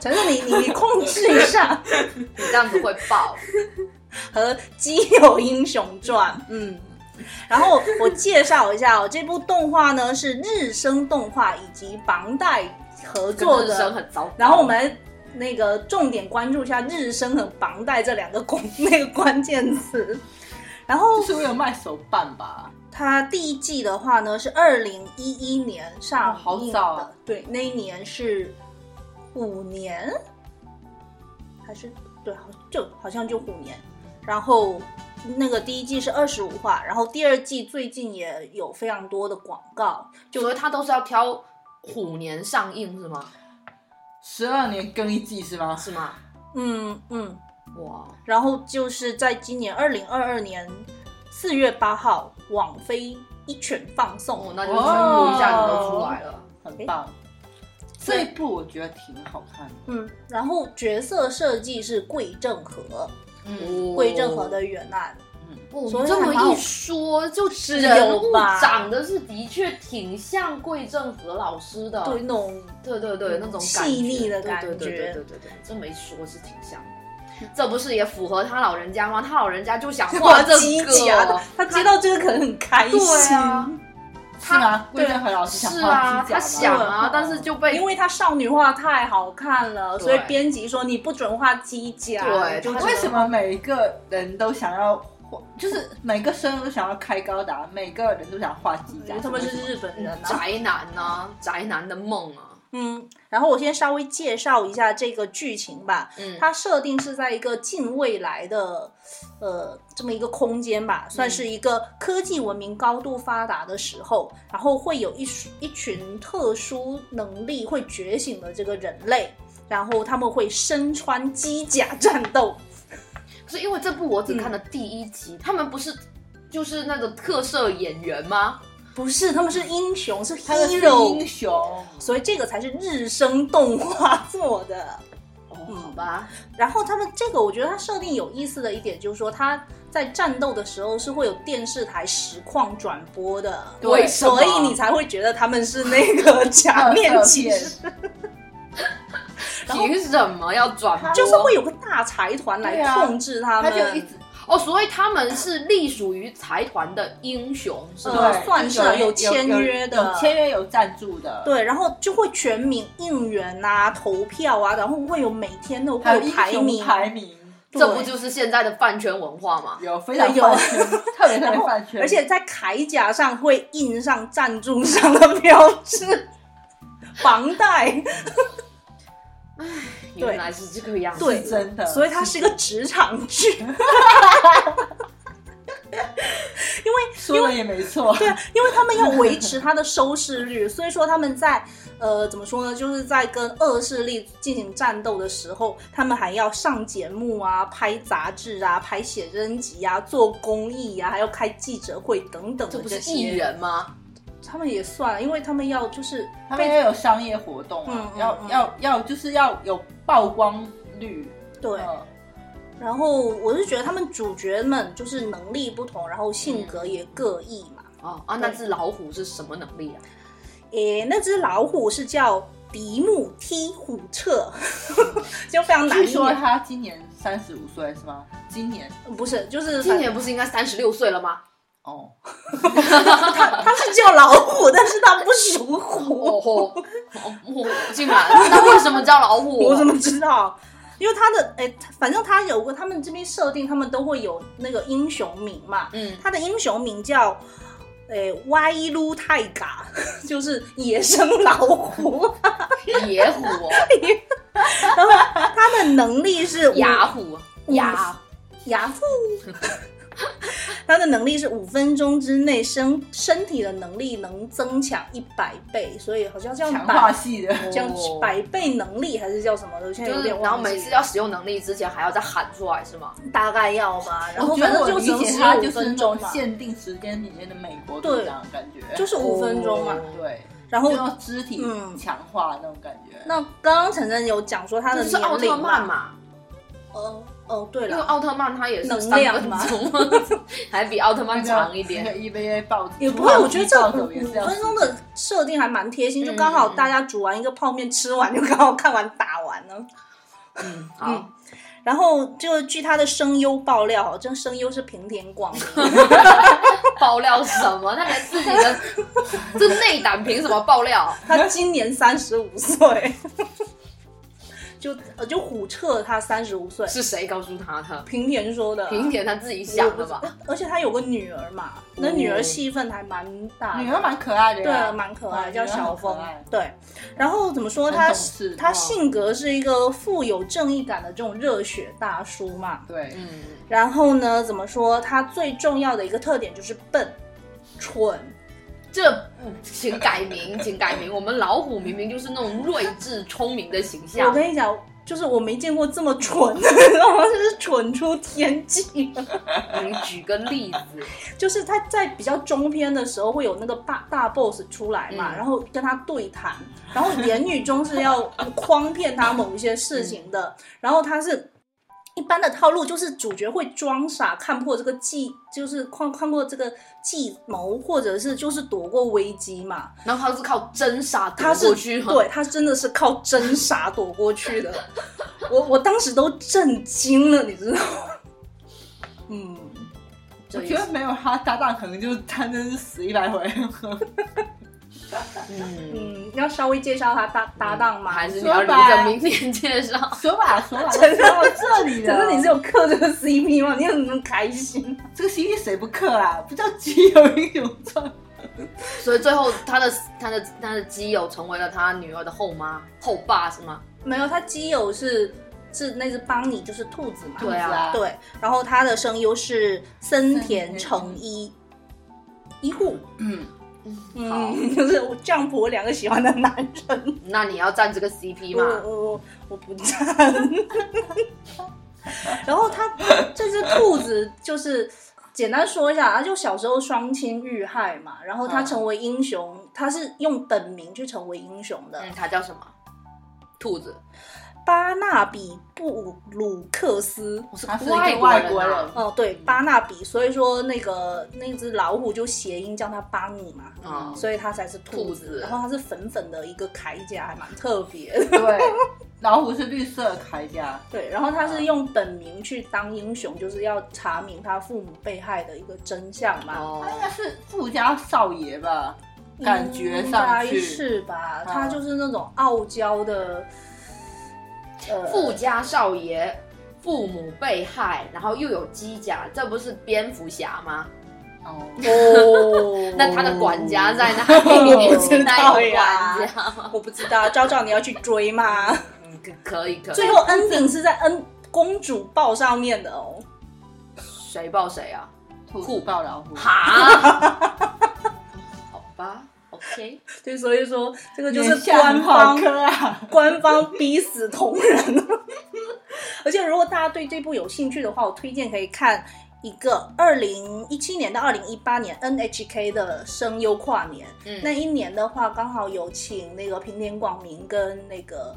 陈总，你你你控制一下，
你这样子会爆。
和《基友英雄传》。嗯，然后我介绍一下哦，这部动画呢是日升动画以及房贷合作
日升
的，
很糟糕，
然后我们。那个重点关注一下日升和房贷这两个关那个关键词，然后
就是为了卖手办吧？
它第一季的话呢是二零一一年上
哦好
映的，
早啊
对，那一年是虎年，还是对，好就好像就虎年。然后那个第一季是二十五话，然后第二季最近也有非常多的广告，
所以他都是要挑虎年上映是吗？
十二年更一季是吗？
是吗？
嗯嗯，
哇，
然后就是在今年二零二二年四月八号，网飞一拳放送
哦，，那就全部一下子都出来了。
很棒。这一部我觉得挺好看的，
嗯，然后角色设计是桂正和，
嗯，
桂正和的原案。
哦，你
所以
这
还蛮
么
好
一说，就是人
有
物
吧
长得是的确挺像桂正和老师的，
对那种，
对对对，那种感觉
细腻的感觉嗯
对对对对对对对，这么一说是挺像的。这不是也符合他老人家吗？他老人家就想画这
机甲
个啊
的，， 他接到这个可能很开心，
对啊，
是吗？
对
桂正和老师想
是
画
啊，
指甲吗
他想啊，但是就被
因为他少女画太好看了，所以
对
编辑说你不准画机甲，
对
就
他
为
觉
什
得
么每一个人都想要画，就是每个生日都想要开高达，每个人都想画机甲？
他们是日本人啊，
宅男呐、啊，宅男的梦啊，
嗯，然后我先稍微介绍一下这个剧情吧。
嗯
它设定是在一个近未来的，呃，这么一个空间吧，
嗯
算是一个科技文明高度发达的时候，然后会有一群一群特殊能力会觉醒的这个人类，然后他们会身穿机甲战斗。
是因为这部我只看了
嗯
第一集，他们不是就是那个特摄演员吗？
不是，他们是英雄，是
他们是
hero，
英雄，
所以这个才是日升动画做的。
哦，
嗯
好吧，
然后他们这个，我觉得它设定有意思的一点就是说，它在战斗的时候是会有电视台实况转播的，
对
为
什么
所以你才会觉得他们是那个假面骑士，
凭什么要转播？
就是会有个大财团
对
来
啊
控制他
他
们。
就一直
哦，所以他们是隶属于财团的英雄，是吧？
呃
对
算是
有
有签约的
有有签约有赞助的，，
对，然后就会全民应援啊、投票啊，然后会有每天都
还
会
有
有
英
排
雄
名，
排名，
对
这不就是现在的饭圈文化吗？
有非常
对有
饭圈， 特别特别饭圈，
而且在铠甲上会印上赞助商的标志、房贷。对
原来是这个样子。
对
是真的，
所以它是一个职场剧。
说的也没错，
对啊，因为他们要维持它的收视率，所以说他们在呃怎么说呢，就是在跟恶势力进行战斗的时候，他们还要上节目啊、拍杂志啊、拍写真集啊、做公益啊，还要开记者会等等
这
的
不
这
是
些。
艺人吗？
他们也算，因为他们要就是
他们
被
要有商业活动啊
嗯，嗯
要
嗯
要要就是要有曝光率，
对。
嗯
然后我是觉得他们主角们就是能力不同，然后性
嗯
格也各异嘛。
哦啊，那只老虎是什么能力啊？
诶，那只老虎是叫迪木踢虎彻， 就 非常难
据说
念。
他今年三十五岁是吗？今年
不是，就是
今年不是应该三十六岁了吗？
哦，
反它是叫老虎， 但是它不属
哦
虎，
吼，哦我竟然，那为什么叫老虎？
我怎么知道？因为它的诶，反正它有个他们这边设定，他们都会有那个英雄名嘛。
嗯，
它的英雄名叫诶歪撸泰嘎， 就是野生老虎。
野虎哦，
它的能力是五
雅虎，雅
牙父。 他的能力是五分钟之内身身体的能力能增强一百倍，所以好像叫
强化
百
系的，
叫
哦
百倍能力还是叫什么的，我现在
就
有
是
点忘记。
哦然后每次要使用能力之前还要再喊出来是吗？
大概要吧，然后
我觉
反
得
正
我
就
理
只能
解
十
他
五
就是那
分
种
钟嘛，
限定时间里面的美国
对
队长的感觉，
就是五分钟嘛。
哦
对，
然
就
后
用肢体
嗯
强化那种感觉。
那刚刚晨晨有讲说他的
这是奥
年
特
龄嘛，
曼嘛，
哦哦对
因为
了，
奥特曼它也是
能
三
量
分
嘛
钟，还比奥特曼长一
那
点。
个 EVA 暴
也不会，我觉得这
暴
五
走也
五
是要
分钟的设定还蛮贴心，就
嗯
刚好
嗯
大家煮完一个泡面，吃完就刚好看完打完了。
嗯，好，
然后就据他的声优爆料，好像声优是平田广明，
爆料什么？那连自己的 这内胆凭什么爆料？
他今年三十五岁， 就呃就虎彻他三十五岁，
是谁告诉他的？
平田说的啊，
平田他自己想的吧？
而且他有个女儿嘛，那女儿戏份还蛮大的，
哦女儿蛮可爱的
对
呀，
啊，蛮可爱，
嗯
叫
女儿
小
很可
峰
爱，
对。然后怎么说
很
他
懂事
他
哦
性格是一个富有正义感的这种热血大叔嘛，
对，
嗯，
然后呢，怎么说他最重要的一个特点就是笨、蠢。
这嗯请改名，请改名。我们老虎明明就是那种睿智聪明的形
我
象，
跟你讲，就是我没见过这么蠢的，你 知道吗？就是蠢出天际。
你举个例子，
就是他在比较中篇的时候会有那个大大 boss 出来嘛，
嗯
然后跟他对谈，然后言语中是要诓骗他某一些事情的，
嗯
然后他是。一般的套路就是主角会装傻，看破这个计，就是看看破这个计谋，或者是就是躲过危机嘛。
然后他是靠真傻
他
躲
是
过去吗？
对他真的是靠真傻躲过去的， 我我当时都震惊了，你知道吗？嗯，
这
我
也
觉
是
得没有他搭档，可能就他真是死一百回。
嗯，
嗯，要稍微介绍他搭搭档吗？
还是你
说
要留
吧
着明天介绍。
说吧说 吧，说到这里
可
了，
是你是有刻这个 CP 吗？你很开心。
这个 CP 谁不克啊？不叫基友英雄传，
所以最后他的他的他的基友成为了他女儿的后妈后爸是吗？
没有，他基友是是那只邦尼，就是兔子嘛。
对
是
啊
啊，
对，然后他的声优是森田诚一，医护。
嗯，好
嗯，就是我丈夫我两个喜欢的男人。
那你要站这个 CP
我
嘛？
我我我不 站。然后他这只兔子就是。简单说一下，他就小时候双亲遇害嘛，然后他
嗯
成为英雄，他是用本名去成为英雄的。
嗯，他叫什么？兔子，
巴纳比布鲁克斯，
我是
他是一
外
个外
国
国
人
人
啊。
哦，对，巴纳比，所以说那个那只老虎就谐音叫它巴尼嘛，
哦
嗯
所以它才是兔
兔
子。
子
然后它是粉粉的一个铠甲，还蛮特别 的。
对，老虎是绿色铠甲，
对，然后它是用本名去当英雄，就是要查明他父母被害的一个真相嘛。
他应
哦，
该是富家少爷吧？感觉上
嗯应
去
该是吧？
嗯
他就是那种傲娇的，呃，
富家少爷，父母被害，然后又有机甲，这不是蝙蝠侠吗？
哦，
哦
那他的管家在哪里？
我不
知道呀
那有管家，
我不知道，昭昭你要去追吗？
嗯，可可以可以。
最后恩顶是在恩公主抱上面的哦。
谁抱谁啊？
兔子抱老虎，
哈， 好吧，OK，
对，所以说这个就是
眼下
官
好
方
磕啊。
官方逼死同人。 而且如果大家对这部有兴趣的话，我推荐可以看一个二零一七年到二零一八年 NHK 的声优跨年。
嗯
那一年的话，刚好有请那个平田广明跟那个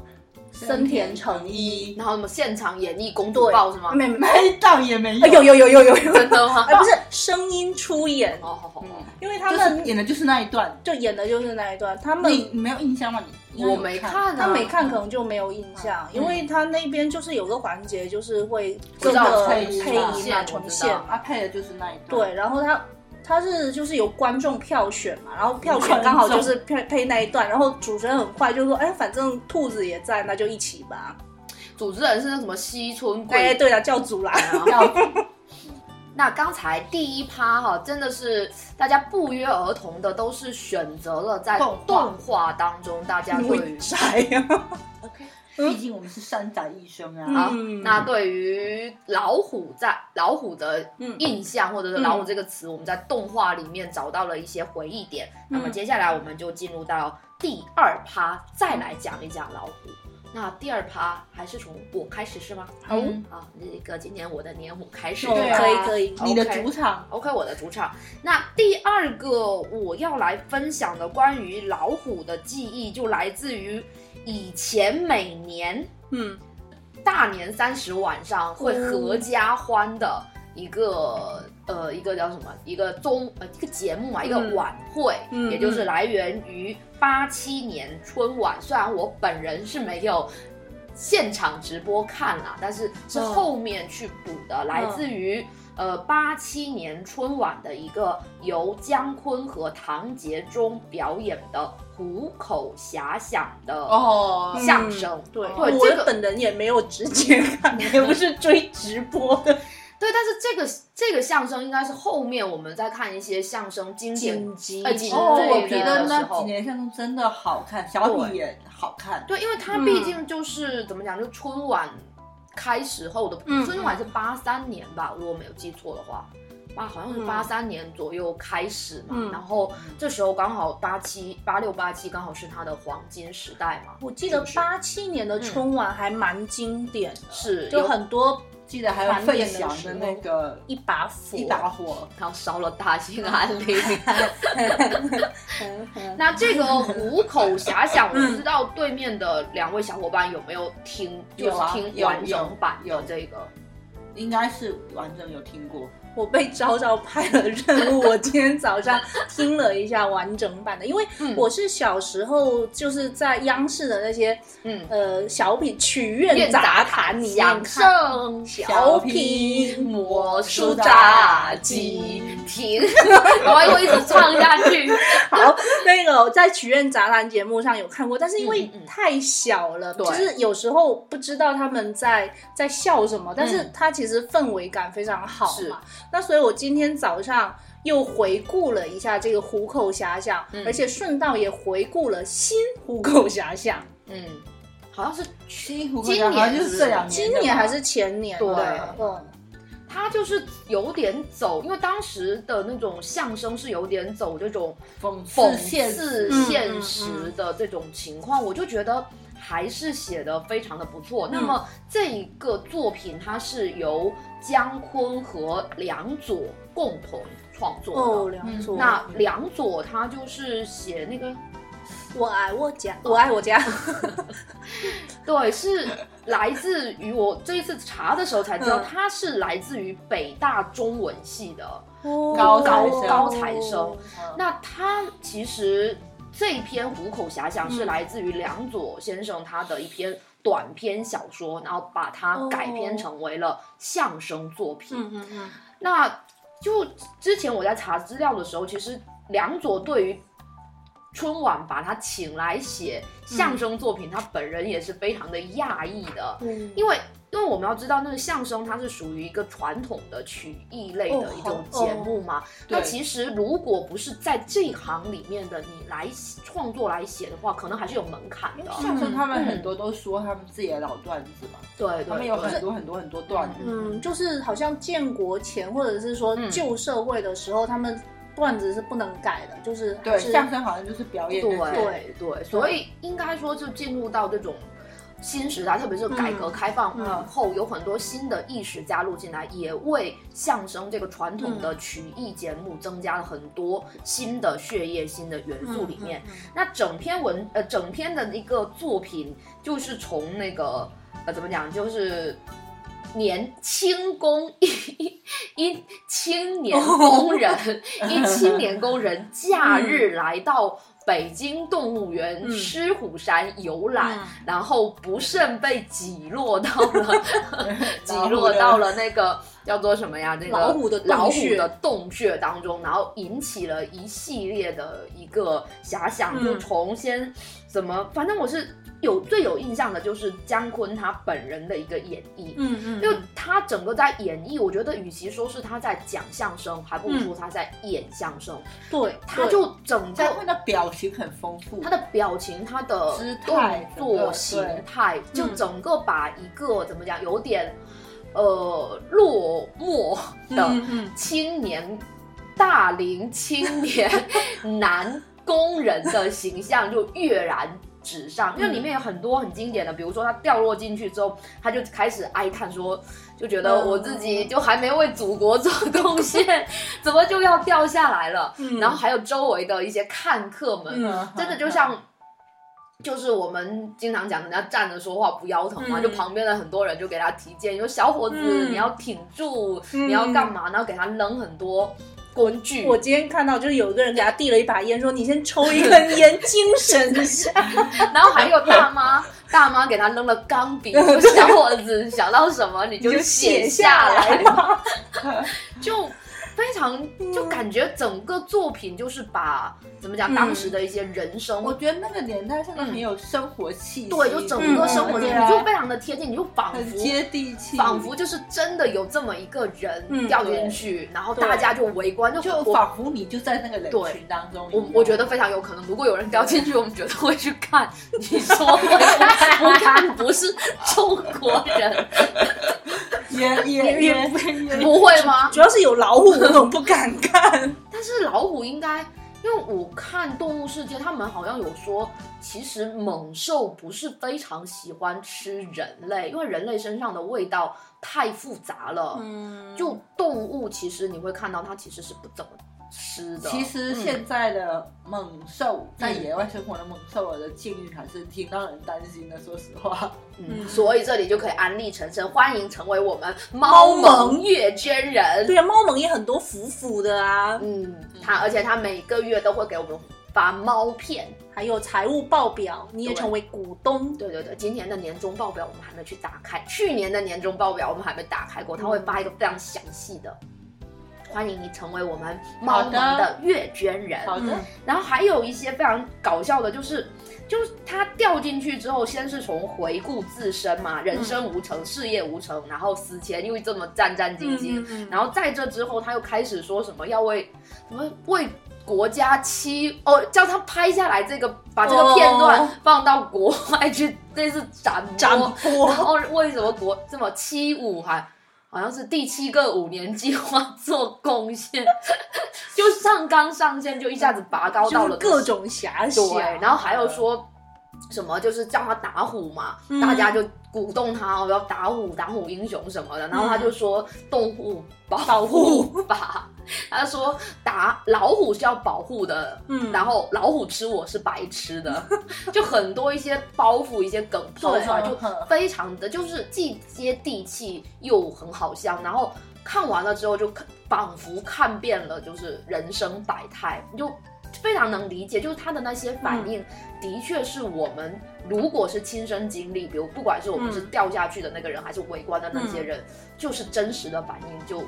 森田诚一。
然后什么现场演绎公主
对，
抱是吗？
没没，
没到哎也没
啊
用，
有有有有有有，
真的吗？
哎，不是嗯声音出演，
哦，好好好，
因为
嗯
他
就是
们
演的就是那一段。
就演的就是那一段，他们
你没有印象吗？你
我没
看，
看啊，
他没看可能就没有印象，
嗯
因为他那边就是有个环节就是会
我
各
知道
个
配
配
音嘛
音嘛
线
重
我知
现
道嗯
嘛，
他配的就是那一段。
对，然后他。他是就是由观众票选嘛，然后票选
观众
刚好就是配配那一段，然后主持人很快就说，哎，反正兔子也在，那就一起吧。
主持人是那什么西村
哎，
贵子
对了，教主 啦，
啊
对，。要
那刚才第一趴哈、真的是大家不约而同的都是选择了在
动画
动画当中，大家啊 对
会啊
于
宅呀，
OK
毕竟我们是山宅一生啊。
好，
嗯
那对于老虎在老虎的
嗯
印象，或者是老虎这个词，我们在动画里面找到了一些回忆点。那么
嗯
接下来我们就进入到第二趴，再来讲一讲老虎。那第二趴还是从我开始是吗？
好
啊，那个今年我的年虎开始。
哦
嗯对啊
可以可以，
你的
OK
主场
OK，我的主场。那第二个我要来分享的关于老虎的记忆，就来自于以前每年
嗯，
大年三十晚上会合家欢的一个、呃一个叫什么一个综呃一个节目啊，一个
嗯
晚会，
嗯
也就是来源于八七年春晚。虽然我本人是没有。现场直播看啦，但是是
嗯
后面去补的，来自于呃八七年春晚的一个由姜昆和唐杰忠表演的《虎口遐想》的
哦
嗯
相声。
对，
对
我
这个
本人也没有直接 看，也不是追直播的，
对，但是这个这个相声应该是后面我们在看一些相声经典。
急
呃紧
哦，
对
我觉
的
得
时
那
候
几年相声真的好看，小品也好看。
对，因为
嗯
它毕竟就是、怎么讲，就春晚开始后的，
嗯
春晚是八三年吧，如果没有记错的话，八好像是
嗯
八三年左右开始嘛，
嗯
然后这时候刚好八七八六八七刚好是它的黄金时代嘛，
我记得
是
八七年的春晚还蛮经典的，
是
就
有
很多
记得还有费翔的那个
一把火，
一把火，
然后烧了大兴安岭。那这个虎口遐想，我不知道对面的两位小伙伴有没有听，就
有
是
啊
听
有
完整版的
有
这个。
应该是完整有听过。
我被昭昭派了任务，我今天早上听了一下完整版的，因为
嗯
我是小时候就是在央视的那些
嗯，
呃小品曲苑杂谈里面
享
看。
受
小品
魔
老鼠炸鸡，停，我还会一直唱下去。
好，那个我在《曲苑杂谈》节目上有看过，但是因为
嗯嗯嗯
太小了，
对
就是有时候不知道他们在在笑什么，但是它其实氛围感非常好
嗯是
嘛。那所以我今天早上。又回顾了一下这个虎口遐想，
嗯
而且顺道也回顾了新虎口遐想，
嗯，好像是
新湖
今
好像就
年
是
是
这两年，
今年还是前年？
对
嗯，
他就是有点走，因为当时的那种相声是有点走这种
讽
讽
刺现
刺
实，
嗯
现实的这种情况，我就觉得还是写的非常的不错。
嗯
那么这一个作品，它是由姜昆和梁左共同创
哦，
作的。
梁左，
那梁左他就是写那个，
我爱我家，我爱我家，
对，是来自于我这一次查的时候才知道，
嗯
他是来自于北大中文系的。
哦
高材
高
生
高材生，
嗯
那他其实这一篇《虎口遐想》是
嗯
来自于梁左先生他的一篇短篇小说，然后把它改编成为了相声作品。
嗯嗯嗯，
那就之前我在查资料的时候，其实梁左对于春晚把他请来写相声作品，他本人也是非常的讶异的，
嗯
因为。因为我们要知道，那个相声它是属于一个传统的曲艺类的一种节目嘛，那
哦对
其实如果不是在这一行里面的你来创作来写的话，可能还是有门槛
因
的
为。相声他们很多都说他们自己的老段子嘛，
对嗯对对，
他们有很多很多很多段子，
嗯，就是好像建国前或者是说
嗯
旧社会的时候，他们段子是不能改的，就是
对，
是
相声好像就是表演
对
那种，
对对，所以应该说就进入到这种。新时代，特别是改革开放
嗯嗯
后，有很多新的意识加入进来，也为相声这个传统
嗯
的曲艺节目增加了很多新的血液、新的元素
嗯
里面。那整篇文呃整篇的一个作品，就是从那个呃怎么讲，就是年轻工一一一青年工人，
哦
一青年 工人假日来到北京动物园
嗯
狮虎山游览。然后不慎被挤落到 了，挤落到了那个叫做什么呀？那个
老虎的洞穴
老虎的洞穴当中，然后引起了一系列的一个遐想，
嗯
就从先怎么，反正我是有最有印象的就是姜昆他本人的一个演绎。
嗯嗯，
就他整个在演绎，我觉得与其说是他在讲相声，还不如说他在演相声。
对，
他
对
就整个
姜昆的表情很丰富，
他的表情、他的
姿态
动
整个
作、形态，就
嗯
整个把一个怎么讲，有点呃落寞的
嗯嗯
青年、大龄青年男工人的形象就跃然。纸上，因为
嗯
里面有很多很经典的，比如说他掉落进去之后，他就开始哀叹说，就觉得
嗯
我自己就还没为祖国做贡献，怎么就要掉下来了？
嗯，
然后还有周围的一些看客们，
嗯
真的就像，就是我们经常讲，人家站着说话不腰疼嘛，
嗯
就旁边的很多人就给他提建议，说小伙子、
嗯
你要挺住，
嗯
你要干嘛，然后给他扔很多工具。
我今天看到就是有一个人给他递了一把烟，说你先抽一根烟，精神一下。
然后还有大妈， 大妈给他扔了钢笔，说小伙子想到什么你就
你就
写
写
下
下
来
来
吧， 就非常就感觉整个作品就是把怎么讲
嗯
当时的一些人生
我觉得那个年代真的很有生活气息，
嗯对，就整个生活
嗯
里，
对
你
啊
就非常的贴近，你就仿
很
佛
接地气，
仿佛就是真的有这么一个人
嗯
掉进去，然后大家就围观，就
就
我
仿佛你就在那个人
对
群当中一
我
样。
我觉得非常有可能，如果有人掉进去，我们绝对会去看。你说会不看不是中国人，
也也也也
不会吗？
主要是有老虎，我总不敢看。
但是老虎应该，因为我看《动物世界》，他们好像有说，其实猛兽不是非常喜欢吃人类，因为人类身上的味道太复杂了。
嗯
就动物，其实你会看到它其实是不怎么吃 的。
其实现在的猛兽，在野外生活的猛兽的境遇还是挺让人担心的。说实话，
嗯，
嗯
所以这里就可以安利晨晨，欢迎成为我们猫盟月捐人。
对啊，猫盟也很多腐腐的啊。
嗯，他而且他每个月都会给我们把猫片，
还有财务报表，你也
对
成为股东。
对对对，今年的年终报表我们还没去打开，去年的年终报表我们还没打开过，他会
嗯
发一个非常详细的。欢迎你成为我们猫
好
盟
的
的月捐人。
好的
嗯，
然后还有一些非常搞笑的，就是就是他掉进去之后，先是从回顾自身嘛，人生
嗯
无成，事业无成，然后死前又这么战战兢兢，
嗯
然后在这之后他又开始说什么要为什么为。国家期哦，叫他拍下来这个，把这个片段
哦
放到国外去，这是展播
展
然
播，
后为什么国这么七五还好像是第七个五年计划做贡献， 就上纲上线，就一下子拔高到
就
了
是各种遐想。
对，哎然后还有说什么就是叫他打虎嘛，
嗯
大家就鼓动他哦要打虎打虎英雄什么的，然后他就说动物保护法， 他说打老虎是要保护的，
嗯
然后老虎吃我是白吃的， 就很多一些包袱一些梗抛出来，
对
就
嗯
非常的就是既接地气又很好笑，然后看完了之后就看仿佛看遍了就是人生百态，你就非常能理解，就是他的那些反
嗯
应，的确是我们如果是亲身经历，比如不管是我们是
嗯
掉下去的那个人，还是围观的那些
嗯
人，就是真实的反应就。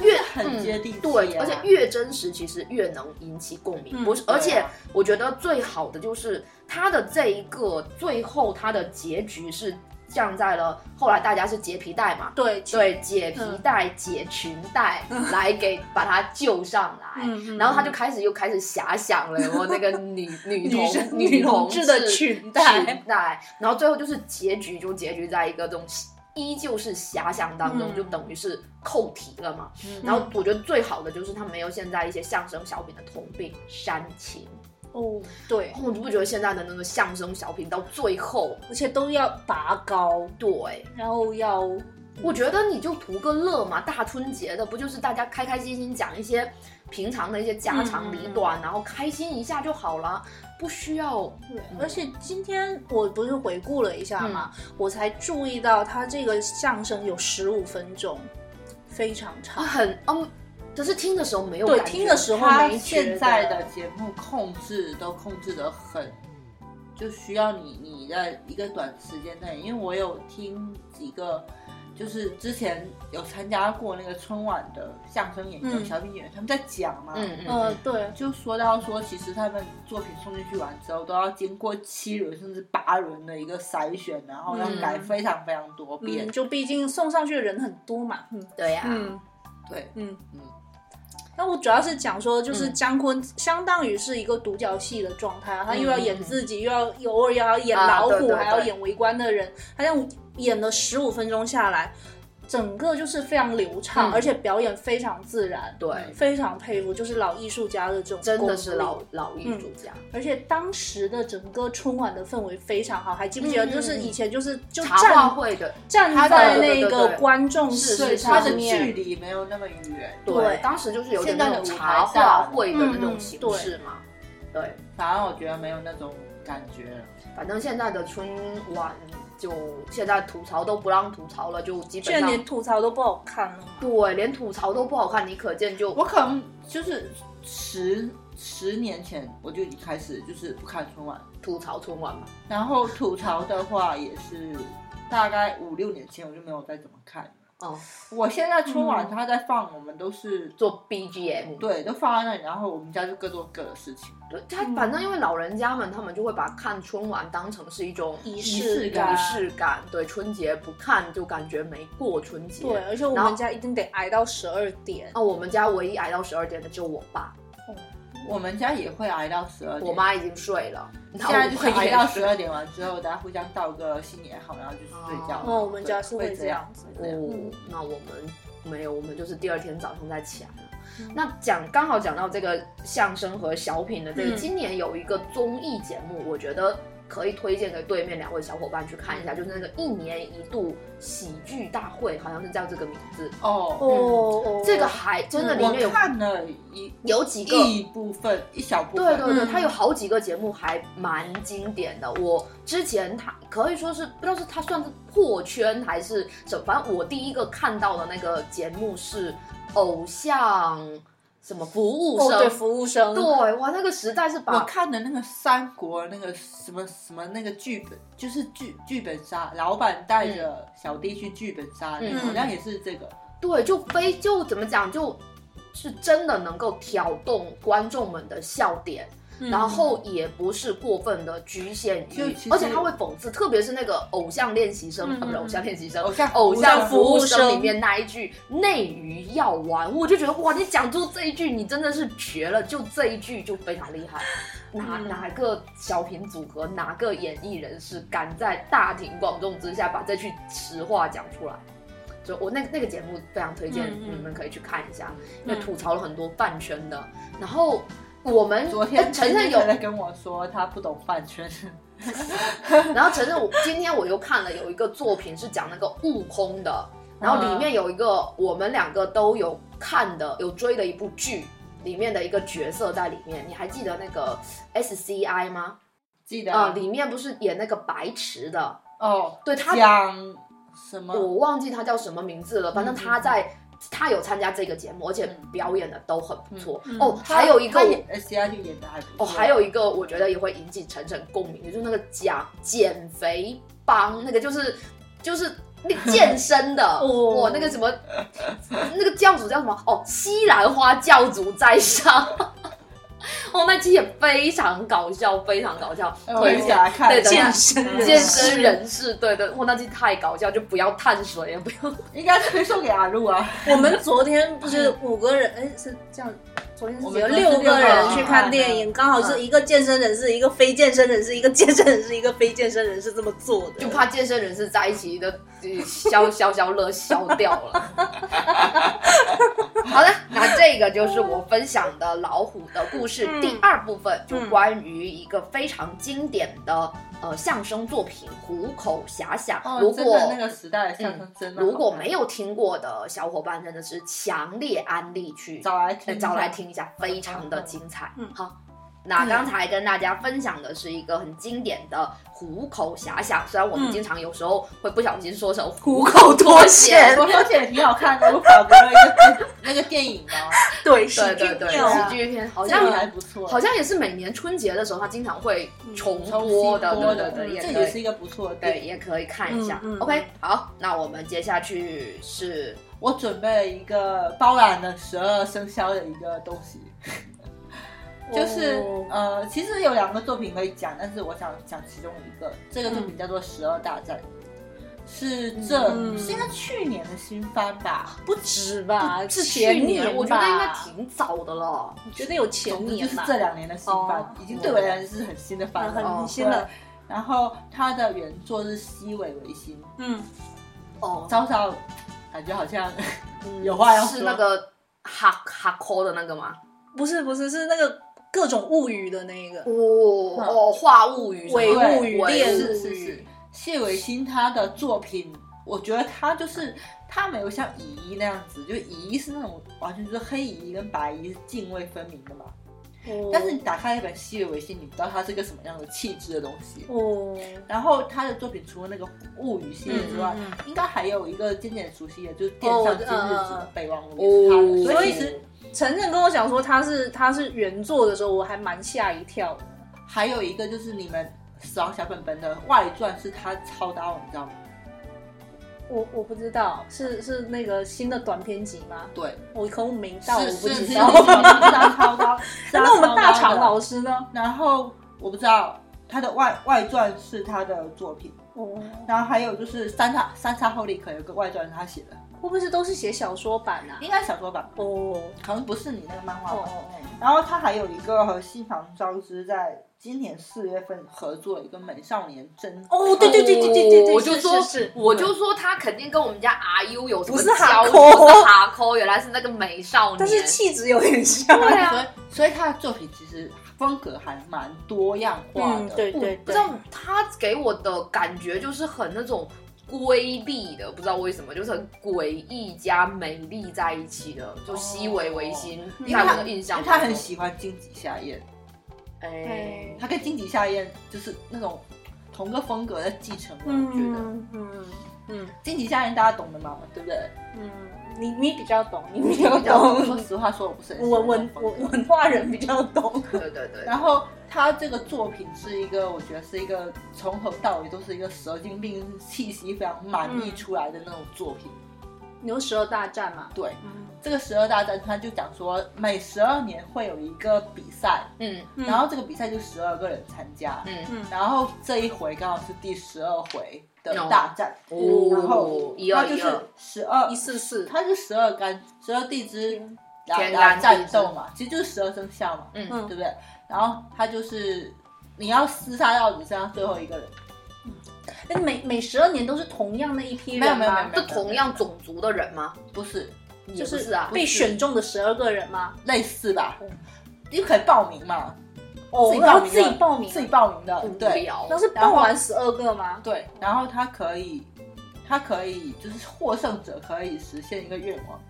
越很接地气、
嗯
啊
对，而且越真实，其实越能引起共鸣。
嗯
不是，
对啊
而且我觉得最好的就是他的这一个最后他的结局是降在了后来大家是结皮带嘛，
对，
对，解皮
嗯
带、解裙带 来给把他救上来。
嗯，嗯
然后他就开始又开始遐想了，我那个 女女
女
同
生女同
同
志的裙带
裙带，然后最后就是结局就结局在一个这种依旧是遐想当中，
嗯
就等于是扣题了嘛。
嗯
然后我觉得最好的就是他没有现在一些相声小品的通病煽情。
哦，对，
哦，你不觉得现在的那个相声小品到最后，
而且都要拔高，
对
然后要
我觉得你就图个乐嘛，大春节的不就是大家开开心心讲一些平常的一些
嗯
家长里短，然后开心一下就好了，不需要
对
嗯，
而且今天我不是回顾了一下嘛，我才注意到他这个相声有十五分钟，非常
啊
长。
很嗯，可是听的时候没有
对
感觉
听的时候
他
没觉
现
得
在的节目控制都控制得很，就需要你你在一个短时间内，因为我有听几个，就是之前有参加过那个春晚的相声演员、
嗯
小品演员，他们在讲嘛，
嗯嗯
呃
嗯，，
对，
就说到说，其实他们作品送进去完之后，都要经过七轮甚至八轮的一个筛选，然后要
嗯
改非常非常多遍。
嗯，就毕竟送上去的人很多嘛，嗯
对啊呀、
嗯
对，
嗯
嗯。
那我主要是讲说，就是
嗯
姜昆相当于是一个独角戏的状态啊，他又要
嗯
演
嗯
自己，又要又偶尔要演
啊
老虎，
对对
还要
对
演围观的人，好像演了十五分钟下来，整个就是非常流畅，
嗯
而且表演非常自然，
对，
非常佩服，就是老艺术家的这种
真
功
的
力
是老，老
嗯
艺术家，
而且当时的整个春晚的氛围非常好，还记不记得？
嗯嗯
就是以前就是就
茶话
站
会的
站
他
在
的
那
对对
个
对
观众
是
席
对，
是
它
上
的
面
距，离没有那么远，
对，
对
当时就是有点
现在
那
的
种
舞台
茶
大
话
了
会的那
嗯嗯
种形
对
式嘛。对，
反而我觉得没有那种感觉了。
反正现在的春晚就现在吐槽都不让吐槽了，就基
居
本
然
上
连吐槽都不好看了嘛。
对，连吐槽都不好看，你可见就
我可能就是十十年前我就已经开始就是不看春晚，
吐槽春晚嘛。
然后吐槽的话也是大概五六年前我就没有再怎么看了。
哦，
我现在春晚
嗯
它在放，我们都是、
做 BGM，
对都放在那里，然后我们家就各做各的事情。
对，他反正因为老人家们，他们就会把看春晚当成是一种
仪
式
仪
感
式感。对，春节不看就感觉没过春节。
对，而且我
然
们
后
家一定得挨到十二点。哦
那我们家唯一挨到十二点的只有我爸，
嗯
我们家也会挨到十二点，
我妈已经睡了，
现
然后
在就是
我
挨
也
到十二点完之后，大家互相道个新年好，然后就去睡觉了。
哦
哦，我们
对
家是
会
这样子。
这样
哦，那我们没有，我们就是第二天早上再起来了。
嗯
那讲刚好讲到这个相声和小品的这个，
嗯
今年有一个综艺节目，我觉得可以推荐给对面两位小伙伴去看一
嗯
下，就是那个一年一度喜剧大会，好像是叫这个名字。
哦，嗯
哦哦，
这个还真的里面
我
有
看了一
有几个
一部分，一小部
对
分。
对对，
嗯
他有好几个节目还蛮经典的。我之前他可以说是不知道是他算是破圈还是什么，反正我第一个看到的那个节目是《偶像什么服务
哦，
生，
对，服务生，
对，哇，那个实在是
我
把
看的那个三国那个什么什么那个剧本，就是剧剧本杀，老板带着小弟去剧本杀，
嗯
好像也是这个。
对，就非就怎么讲，就是真的能够挑动观众们的笑点，
嗯
然后也不是过分的局限
就
于
其，实
而且他会讽刺，特别是那个偶像练习生，
嗯
啊不是偶像练习生，
偶像
偶像服务
偶像服务
生
生
里面那一句“内娱要玩”，我就觉得哇，你讲出这一句，你真的是绝了，就这一句就非常厉 害。哪
嗯
哪个小品组合，哪个演艺人士敢在大庭广众之下把这句实话讲出来？就我那那个节目非常推荐
嗯嗯
你们可以去看一下，
嗯
因为吐槽了很多饭圈的。然后我们
昨天
承认有
在跟我说他不懂饭圈，
然后承认我今天我又看了有一个作品是讲那个悟空的，然后
嗯
里面有一个我们两个都有看的有追的一部剧，里面的一个角色在里面，你还记得那个 S C I 吗？
记得啊
呃，里面不是演那个白池的，
哦，
对他
啊
讲什么？
我忘记他叫什么名字了，
嗯
反正他在。他有参加这个节目，而且表演的都很不错、
嗯
哦。还有一个
他演 S C I 就演的还不错。
哦，还有一个我觉得也会引起晨晨共鸣，就是那个讲减肥帮，那个就是就是那个健身的，
哦
我、那个什么，那个教主叫什么？哦，西兰花教主在上。 哦，那期也非常搞笑，非常搞笑，
哎我也想来看
对的
健身人士
健身人士，对对，哇，那期太搞笑，就不要碳水，不要
应该推送给阿露啊。
我们昨天不是五个人，哎，是这样。昨天
我
是
们
有
昨天
六个人去看嗯电影，刚好是一个健身人士，一个非健身人士，一个健身人士，一个非健身人士这么做的。
就怕健身人士在一起的呃消消消乐消掉了。 好的，那这个就是我分享的老虎的故事、
嗯
第二部分，就
嗯
关于一个非常经典的呃相声作品《虎口遐想》。
哦，
如
真
果
的那个时代的相声真的好看、
如果没有听过的小伙伴，真的是强烈安利去
找来
呃
听，
找来。听一下，非常的精彩。
嗯
好，那
嗯
刚才跟大家分享的是一个很经典的虎口遐想，虽然我
嗯
们经常有时候会不小心说成虎
口脱
险
我说也挺好看的，我找过一个那个电影嘛，
对喜
对
剧
对对，
妙啊
喜剧片好
好
像
像还不错，
好像也是每年春节的时候，它经常会重
重
播的，
的，
对
的
对对，
这
也
也是
对。
一个不错的电
对，
影。
也可以看一下。
嗯嗯
OK，好，那我们接下去是
我准备了一个包揽了十二生肖的一个东西，就是、
哦
呃，其实有两个作品可以讲，但是我想讲其中一个，这个作品叫做《十二大战》。是这、
嗯
是应该去年的新番吧？
不止吧，是
去
前
年，我觉得
吧
应该，挺早的了。
觉得有前
就
年
是
吧，
这两年的新番，
哦
已经对我来说是很新的番
很
了。
哦
很新的，
然后它的原作是西尾维新，
嗯，
哦，
稍稍感觉好像
嗯
有话要
是
说
那个哈哈扣的那个吗？
不是不是是那个各种物语的那个，
哦
嗯
哦，化物语什么
伪
的
物语
伪
猎
是
物
是
语
是，谢伟新他的作品，我觉得他就是他没有像乙一那样子，就乙一是那种完全就是黑乙一跟白乙是泾渭分明的嘛。
哦
但是你打开一本西尾维新，你不知道他是个什么样的气质的东西。
哦，
然后他的作品除了那个物语系列之外，
嗯嗯
应该还有一个渐渐熟悉的，就是电
哦
上
我
今日子的
嗯
备忘录也是他
哦
的，，所以
其
其实
实晨晨跟我讲说他是他是原作的时候，我还蛮吓一跳的。
还有一个就是你们死亡小本本的外传是他操刀，你知道吗？
我我不知道是是那个新的短篇集吗？
对，
我可能没到，我
是
不
是
知
是
道。
他超高，是他
那我们
超
大
高
厂
的
老师呢？
然后我不知道他的外外传是他的作品，
哦，
然后还有就是三叉三叉后立可有个外传是他写的，
会不会是都是写小说版啊？
应该是小说版，
哦
好像不是你那个漫
哦
画版。
哦
然后他还有一个和新房昭之在今年四月份合作一个美少年真
哦，对对对对对对对，
我就是说
是是，
我就说他肯定跟我们家阿 U 有什么
不是
交
哈
集，
扣
不是哈扣，原来是那个美少年。
但是气质有点像。
对
所以
啊，
所以他的作品其实风格还蛮多样化的，
嗯，对对
不
对
知，道他给我的感觉就是很那种瑰丽的，不知道为什么，就是很诡异加美丽在一起的，就西
哦
维维新
因
在
为
我
他
的印
因
象
为
当中，
他很喜欢金井夏彦，
哎，
他跟金井夏彦就是那种同个风格的继承人，我觉得。
嗯嗯嗯嗯
金井夏彦大家懂的嘛，对不对？
嗯，你你比较懂，你比较
比较懂
懂
说，实话说，我不是很喜欢
文文
那种风格
文文化人比较懂。
对对对，
然后他这个作品是一个，我觉得是一个从头到尾都是一个蛇精病气息非常满溢出来的那种作品。
牛十二大战嘛，
对，
嗯，
这个十二大战他就讲说，每十二年会有一个比赛，
嗯
然后这个比赛就十二个人参加，
嗯，
嗯，
然后这一回刚好是第十二回的大战，嗯
哦
然后
一
它
二
就
一
是
二，
十二
一，四四，
它是十二干十二地支打
天
打
干地
战
支
斗嘛，其实就是十二生肖嘛，
嗯
嗯
对不对？然后他就是你要厮杀到你身上最后一个人，
哎每每十二年都是同样那一批人
没有没有
吗
没？
是同样种族的人吗？
不是
也
就
不是啊，
被选中的十二个人吗？
类似吧
嗯？
你可以报名嘛，
哦
自己，
然
报
后
名的
自己报名，啊
自己报名的
无，
对
聊
那，是报啊完十二个吗？
对。然后他可以，他可以就是获胜者可以实现一个愿望，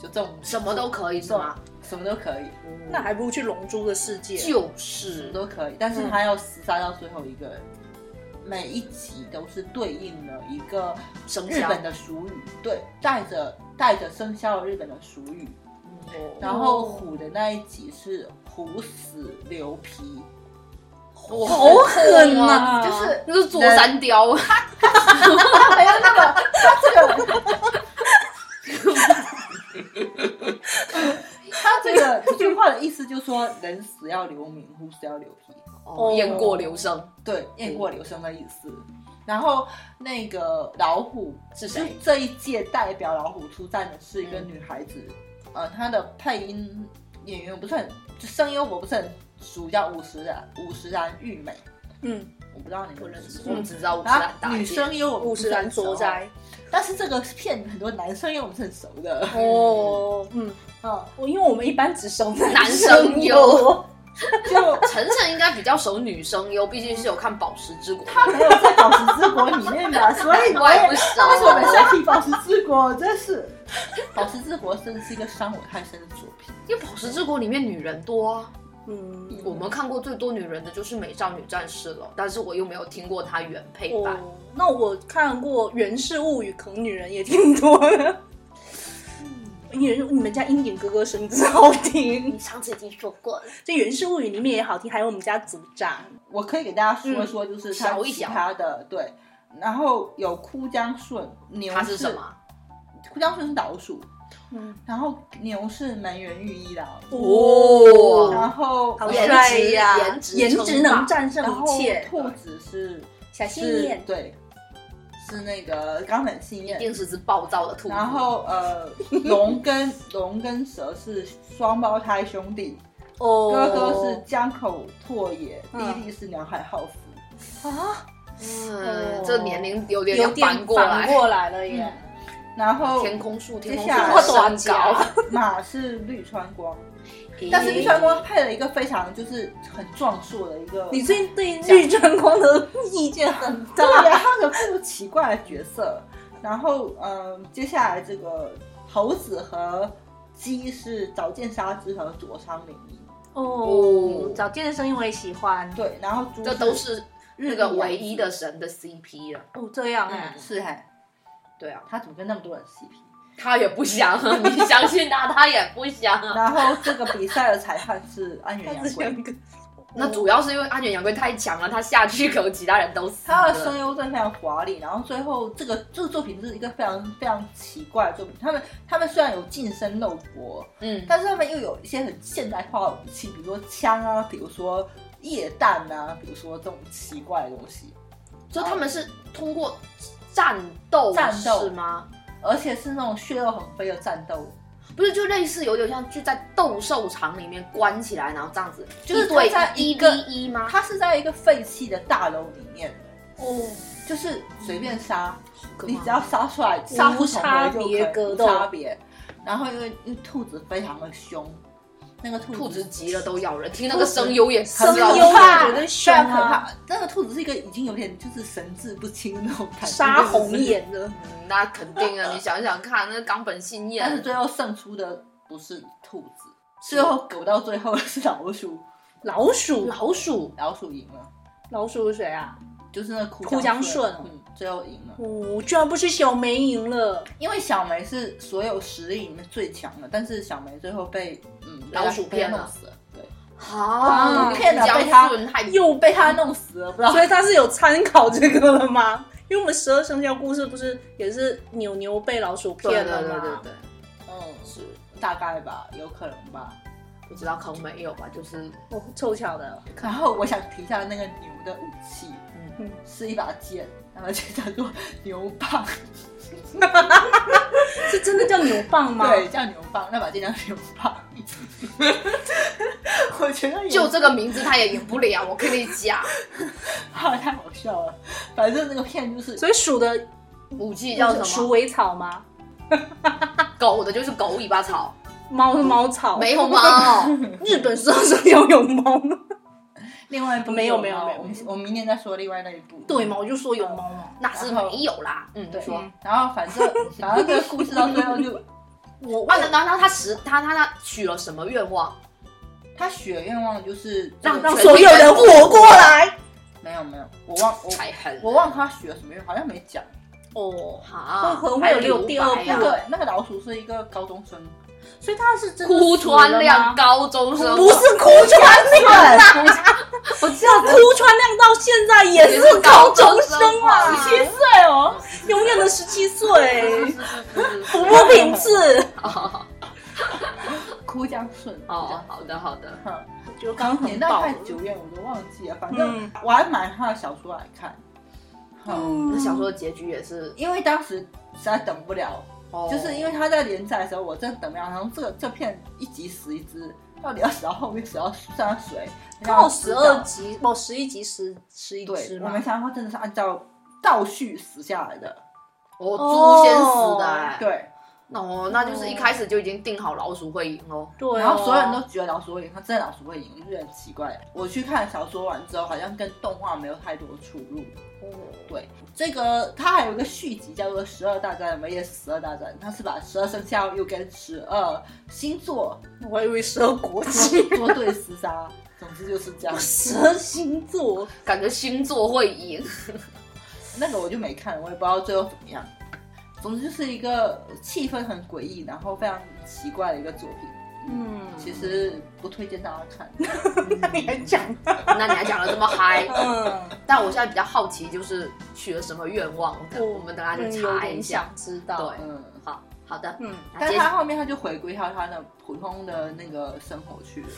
就这种
什么都可以是吗？
什么都可以，
那还不如去龙珠的世界。
就
什
是嗯
么都可以，但是他要厮杀到最后一个人。每一集都是对应了一个
生
日
肖
本的俗语，对，带着带着生肖的日本的俗语。
哦
然后虎的那一集是虎死留皮，
好
好狠啊
啊
呐、
就是
那是坐山雕，
他没有那么，他这个，他这个这句话的意思就是说，人死要留名，虎死要留皮，
哦雁过留声
对，雁过留声的意思。然后那个老虎
是
就
谁？
这一届代表老虎出战的是一个女孩子，呃，她的配音演员我不是很，就声优我不是很熟，叫五十岚五十岚玉美，
嗯，
我不知道你们
不认识，
不
我
认
们
识。
只知道五十
啊
岚，大
女
街。
生优我
五十岚
所
卓，哉。
但是这个片很多男生优我们是很熟的，
哦，嗯，
嗯，
我因为我们一般只熟
男
生
生优，
就
晨晨应该比较熟女生优，毕竟是有看《宝石之国》，
他没有在《宝石之国》里面的，所以 我
怪
也
不
为什么每次
熟。
要提《宝石之国》，我真 是《宝石之国》真的是一个伤我太深的作品。
因为《宝石之国》里面女人多啊，
嗯，
我们看过最多女人的就是《美少女战士》了，但是我又没有听过她原配版。
哦，那我看过《源氏物语》，坑女人也挺多的。
嗯
你你们家鹰眼哥哥声真好听，
上次已经说过了，
这《源氏物语》里面也好听，还有我们家族长，
我可以给大家说一说，就是他
嗯嚼一
其
嚼
他的对，然后有枯江顺牛
她是什？么？
枯江顺是老鼠，
嗯，
然后牛是梅园玉一郎，
哦
然后
好
颜值
帅呀，
颜值
颜值
称霸
能战胜
然后
一切，
兔子是
小
是
心眼，
对，是那个冈本信
一
彦。
定是只暴躁的兔子。
然后呃，龙跟龙跟蛇是双胞胎兄弟，
哦，
哥哥是江口拓也，
哦
弟
嗯
弟是鸟海浩夫。
啊，
嗯，这年龄有
哦
点
有
要
点
翻过来。
过来嗯了耶，
然后
天空树，天
哦接
空
下来
树很身高，
马是绿川光，
咦
但是绿川光配了一个非常就是很壮硕的一个，
你最近对绿川光的意见很
对
嗯
大，
呀，他可是个奇怪的角色。然后嗯，接下来这个猴子和鸡是早见沙织和佐仓绫衣，
哦，早见的声音我也喜欢。
对，然后猪
这都是
日
那
立
个
阳
唯一的
子
神的 CP 了。
哦，这样哎、
是嘿，
对啊，
他怎么跟那么多人 CP？
他也不想，你相信他，他也不 想。
然后这个比赛的裁判是安原
他只
洋贵，
想跟
嗯那主要是因为安远阳龟太强了，他下去可能其他人都死
他
了
的。声优真的非常华丽，然后最后这个这个作品是一个非常非常奇怪的作品。他们他们虽然有近身肉搏，
嗯，
但是他们又有一些很现代化的武器，比如说枪啊，比如说液弹啊，比如说这种奇怪的东西，
就他们是通过战斗
战斗
是吗？
而且是那种血肉横飞的战斗，
不是，就类似有点像就在斗兽场里面关起来，然后这样子，
就是
对
他在
一
一个
v 一吗？
它是在一个废弃的大楼里面，
哦，
就是随便杀，
可怕
你只要杀出来，杀出重围就可以
无差别格斗
无差别。然后因为因为兔子非常的凶，那个兔
兔子
子
急了都咬人，听那个声优也
声优
很
也
可怕
觉得
非
凶
常可怕
啊，。
啊那个兔子是一个已经有点就是神志不清的那种感觉，
杀红
就是
眼的，
嗯，那肯定啊！你想想看，那冈本信
但是
彦
最后胜出的不是兔子，最后狗到最后是老鼠，
老鼠，
老鼠
老鼠赢了。
老鼠是谁啊？
就是那个哭
哭江
顺
顺，
嗯，最后赢了。
哦，居然不是小梅赢了，
因为小梅是所有实力里面最强的，但是小梅最后被嗯
老鼠
被
骗
她
了
弄死了，对，
啊，
骗了
江
被他
顺还
又
被她弄死了，不知道
哎所以他是有参考这个了吗？因为我们十二生肖故事不是也是牛牛被老鼠骗了吗？
对，
嗯，
是
大概吧，有可能吧。
不知道可能没有吧，就是
哦，凑巧的，
然后我想提一下那个牛的武器，
嗯
嗯，是一把剑，然后就叫做牛棒，
是真的叫牛棒吗？
对，叫牛棒，那把剑叫牛棒。 我觉得也
就这个名字他也赢不了，我跟你讲，
啊太 好笑了，反正那个片就是
所以鼠的
武器叫什
鼠
么？
尾草吗？
狗的就是狗尾巴草，
猫的猫草
没有？猫，
日本十二生肖有猫吗？
另外一部
没有没有
猫
没有
我们我们明天再说另外那一部。
对嘛，我就说有猫 嘛。
那是没有啦。嗯，
对
说。，
然后反正反正这个故事到最后就
我
啊，然后然后他实他他他许了什么愿望？
他许的愿望就是
让
让 所有人活过来。
没有没有，我忘 我
才很
我忘他许了什么愿，好像没讲。
哦，
啊，
会会有
还
第二部
留白
那
啊
个那个老鼠是一个高中 生，
所以他是真的
哭
死了吗
川亮高中生
不是哭川亮啦，
我知
要 哭川亮到现在也是高中生啊，
也是高中生
岁哦，永远的十七岁，
道
不过频次。
哭江顺
哦，好的好的，
嗯，
就刚
年代太久远我都忘记了，反正
嗯
我还买他的小说来看，嗯，
那小说的结局也是，哦
因为当时实在等不了，
哦
就
就是因为他在连载的时候我真的等不了，然后这个这片一集死一只，到底要死到后面死到上水，
刚好十二集，哦，十一集十十一集
对，我
嘛
没。想到他真的是按照倒叙死下来的，
我哦猪先死的哎，
对，
哦，那就是一开始就已经定好老鼠会赢喽。
对哦，
然后所有人都觉得老鼠会赢，他真的老鼠会赢，我就觉得很奇怪。我去看小说完之后，好像跟动画没有太多出入。
哦
对，这个它还有一个续集叫做《十二大战》，我们也是十二大战，它是把十二生肖又跟十二星座
我还以为十二国
做
籍，。
做对厮杀，总之就是这样
十二星座，
感觉星座会赢，
那个我就没看，我也不知道最后怎么样。总之就是一个气氛很诡异，然后非常奇怪的一个作品，
嗯，
其实不推荐大家 看。
那你还讲，
那你还讲的这么嗨，
嗯，
但我现在比较好奇，就是许了什么愿望，我看我们等下就
有
查一
点
下
想。知道，
对
嗯。
好好的，
嗯，
那
但
接
他后面他就回归到他的普通的那个生活去了。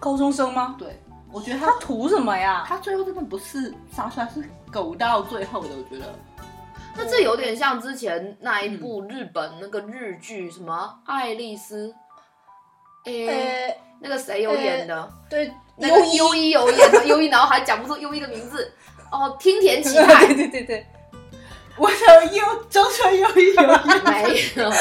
高中生吗？
对，我觉得
他
他
图什么呀？
他最后真的不是杀出来，是狗到最后的。我觉得
那这有点像之前那一部日本那个日剧，什么《爱丽丝》，诶，
呃，
那个谁有演的？
对，
那个优一有演的，优一，然后还讲不出优一的名字。哦，听田启太
对对对对，
我想又周春又一有一
没有啦，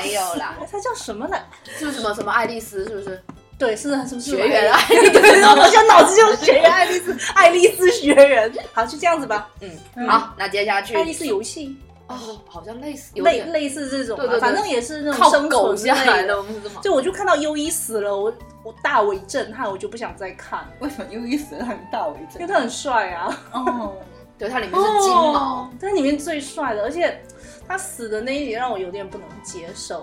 没有啦，
哎他叫什么来？
是不是什么什么爱丽丝？是不是
对，是是不是哎
学员？爱丽
对，然 后我现在脑子就是啊学员爱丽丝，爱丽丝学员。好，就这样子吧。
嗯，好，那接下去
爱丽丝游戏
哦，好像类似有
类
点
类似这种吧，啊
对对对
反正也是那种
靠
生
狗
存
下
之类
来
的。
的，我们是吗？
就我就看到优一死了，我我大为震撼，我就不想再看，
为什么又一死了很大为
因
真？
为他很帅啊，
哦，
对，它里面是金毛，
他是里面最帅的，而且他死的那一集让我有点不能接受，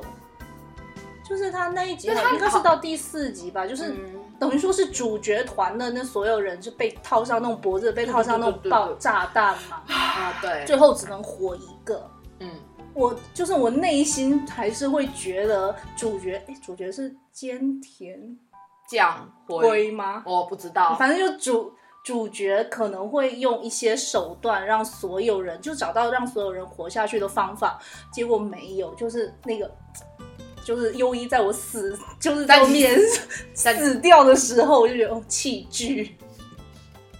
就是他那一集
因为他
应该是到第四集吧，就是。
嗯，
等于说是主角团的那所有人是被套上那种脖子，被套上那
对
种
对对对
爆炸弹嘛，
啊，对，
最后只能活一个。
嗯，
我就是我内心还是会觉得主角，哎，主角是菅田
酱灰，
龟吗？
我不知道，
反正就主主角可能会用一些手段让所有人就找到让所有人活下去的方法，结果没有，就是那个。就是优一在我死，就是在我面
但
死掉的时候，我就觉得哦，弃剧。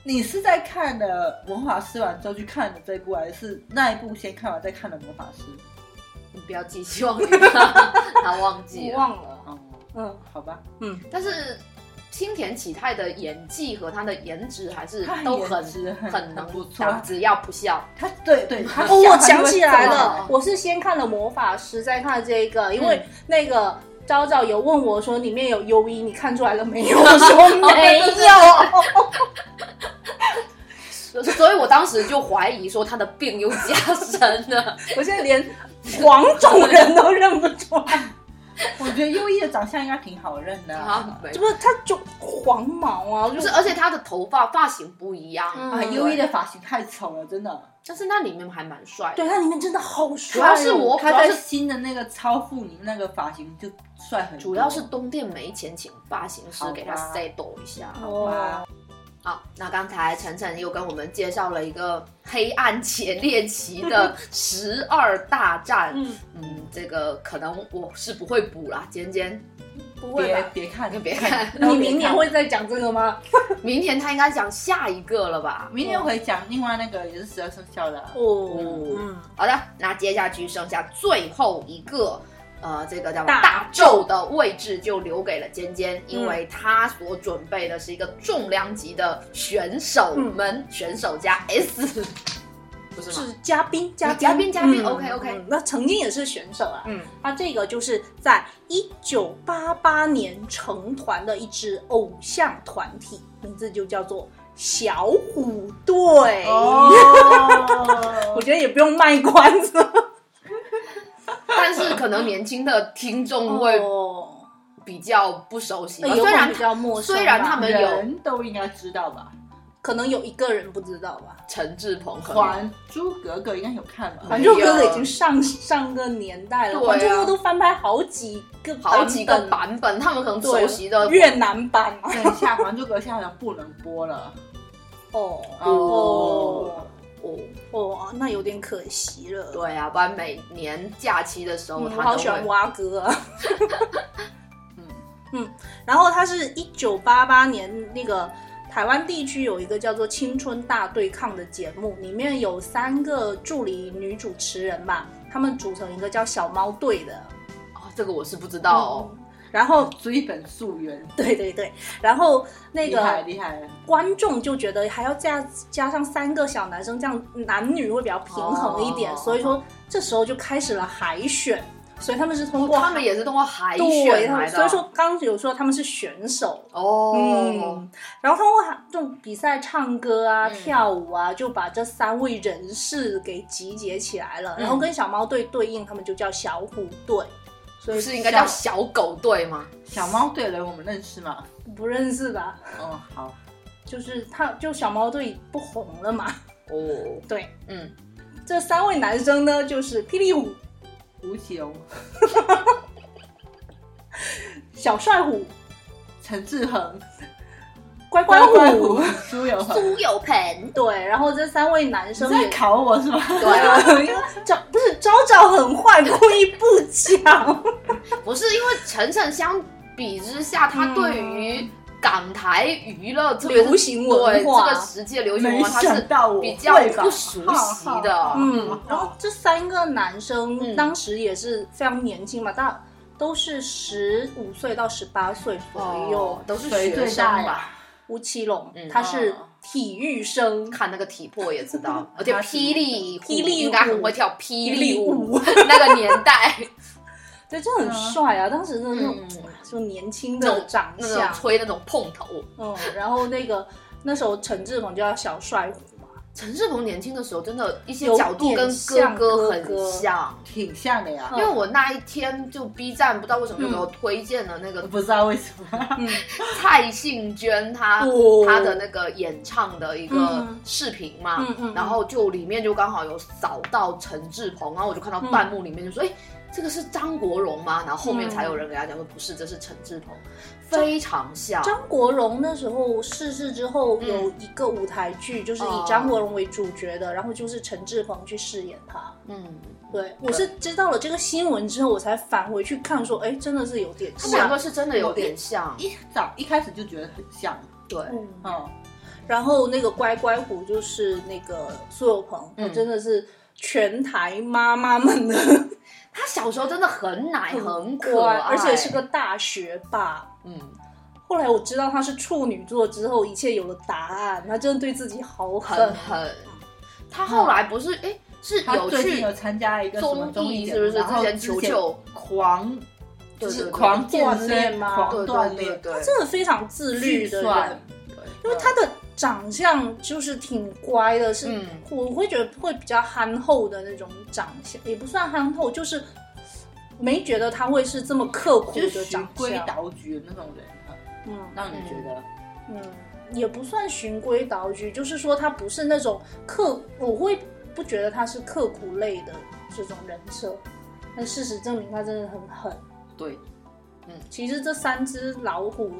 你是在看的《文法师》完之后去看的这部，还是那一部先看完再看的《魔法师》？
你不要寄希望给他，他忘记
我
了。
忘了，
哦，
嗯，
好吧，
但是新田启泰的演技和他的颜值还是
他很
都
颜
很
值很
很能
很不错
打，只要不笑。
他对对，他
哦，我
想
想起来了嗯
哦，
我是先看了《魔法师》，再看这个，因为那个昭昭有问我说里面有优 哦一，你看出来了没有？我说没有，
就是所以我当时就怀疑说他的病又加深 了。
我现在连黄种人都认不出来，
我觉得优一的长相应该挺好认的啊。
啊，没
这不他就黄毛啊，就
不是，而且他的头发发型不一样
嗯
啊，
对
优一的发型太丑了，真的。
但是那里面还蛮帅的。
对他里面真的好帅哦，
主要是我
他
主要
在
是
新的那个超富宁那个发型就帅很多，
主要是东电没钱请发型师给他
啊
好吧
settle 一下。
好吧，
好，那刚才晨晨又跟我们介绍了一个黑暗且猎奇的十二大战。嗯
嗯，
这个可能我是不会补啦，尖尖，
不会
别
吧？
别看，哦
别看
然后
你
别
明年
看
会再讲这个吗？
明天他应该讲下一个了吧？
明天会讲另外那个也是十二生肖的啊，
哦
嗯
嗯，
好的，那接下去剩下最后一个，呃，这个叫
大
大咒的位置就留给了尖尖，因为他所准备的是一个重量级的选手们，
嗯
选手加 S，不是吗？
是嘉宾，嘉宾，
嘉宾嘉宾
嗯
OK，OK
嗯那曾经也是选手啊，
嗯，
他这个就是在一九八八年成团的一支偶像团体，名字就叫做小虎队。
哦
我
哦，
觉得也不用卖关子，
但是可能年轻的听众会
哦，
比较不熟悉吧，
哎有
呃虽
可能
然
比较陌生吧，啊
虽然他们有
人都应该知道吧？
可能有一个人不知道吧。
陈志朋可
《
能
还珠格格》应该有看吧？
还
反
珠
正
格格已经上上个年代了，
对啊
还珠格格都翻拍好几个版本
好几个版本，他们可能熟悉的
越南版啊
等一下，《还珠格 格》现在好像不能播了
哦
哦。
哦，
哦，那有点可惜了。
对啊，不然每年假期的时候
嗯，我
他都
好
会
喜欢蛙哥、啊。
嗯
嗯，然后他是一九八八年那个台湾地区有一个叫做《青春大对抗》的节目，里面有三个助理女主持人嘛，她们组成一个叫小猫队的。
哦，这个我是不知道哦。
然后，
追本溯源，
对对对，然后那
厉
个
害厉害，
观众就觉得还要加加上三个小男生，这样男女会比较平衡一点，
哦
所以说这时候就开始了海选，所以他们是通过
哦他们也是通过海
对，
选
他
来
们
的，
所以说刚刚有说他们是选手。
哦，
嗯，然后通过这种比赛、唱歌啊、
嗯
跳舞啊，就把这三位人士给集结起来了，
嗯
然后跟小猫队对应，他们就叫小虎队。所
不
以
是应该叫小狗队吗？
小猫对人我们认识吗？
不认识吧？
哦，好，
就是他，就小猫队不红了嘛。
哦，
对，
嗯，
这三位男生呢，就是霹雳虎、
吴奇隆、
小帅虎、
陈志恒、
乖
关
虎。
关虎、苏有朋，
苏有朋，
对，然后这三位男
你
生
在
也
考我是吗？
对啊，
因为招不是招招很坏，故意不讲。
不是因为晨晨相比之下，他对于港台娱乐特别是
流行文化
对这个世界流行
没
文化，他是
想到我
比较
会吧
不熟悉的，
嗯， 然后这三个男
嗯
生当时也是非常年轻嘛，大都是十五岁到十八岁左右
哦。，都是
谁
学
最
生
大
吧
呀？？
吴奇隆
嗯
他是
哦
体育生，
看那个体魄也知道，而且
他是
霹雳
霹雳舞
应该很会跳霹雳舞，
霹
那个年代
对，这很帅啊！当时真的
嗯
是就年轻
那
的
种
长
那种
相，
吹那种碰头。
嗯，然后那个那时候陈志朋就叫小帅虎嘛，
陈世鹏年轻的时候，真的一些
有
角度
点
跟哥
像
哥
哥
很
哥嗯
像。
挺像的呀
因，为我那一天就 B 站不知道为什么有时候推荐了那个
不知道为什么，
嗯蔡幸娟她
哦
她的那个演唱的一个
嗯
视频嘛
嗯嗯，嗯
然后就里面就刚好有扫到陈志鹏，然后我就
嗯
看到弹幕里面就说，哎，这个是张国荣吗？然后后
嗯
面才有人给他讲说不是，这是陈志鹏，非常像。
张国荣那时候逝世之后，
嗯
有一个舞台剧，就是
哦
以张国荣为主角的，然后就是陈志朋去饰演他。
嗯，
对，我是知道了这个新闻之后，我才返回去看，说，哎，真的是有点
他们两
像。
个是真的有点像，
一早一开始就觉得很像，
对，
嗯，
嗯，
然后那个乖乖虎就是那个苏有朋，
嗯
我真的是全台妈妈们的
他小时候真的很奶很可
乖，
爱，
而且是个大学霸。
嗯
后来我知道他是处女座之后，一切有了答案。他真的对自己好
很
狠，
很。他后来不是哎、是
他
有
最近
去
有参加一个什么
综
综艺
艺
节
是
目，
不是？
然
之
后
前球球
狂就是
对对对
狂健
锻
身
炼吗
狂
对
锻
对对
炼，
对，
真的非常自律
巨
的
帅
人。因为他的长相就是挺乖的，是、
嗯
我会觉得会比较憨厚的那种长相，也不算憨厚，就是没觉得他会是这么刻苦
就是
的
循
长
规
相，
蹈矩的那种人，
嗯
让你觉得
嗯，也不算循规蹈矩，就是说他不是那种刻，我会不觉得他是刻苦类的这种人设，但事实证明他真的很狠。
对，
其实这三只老 虎，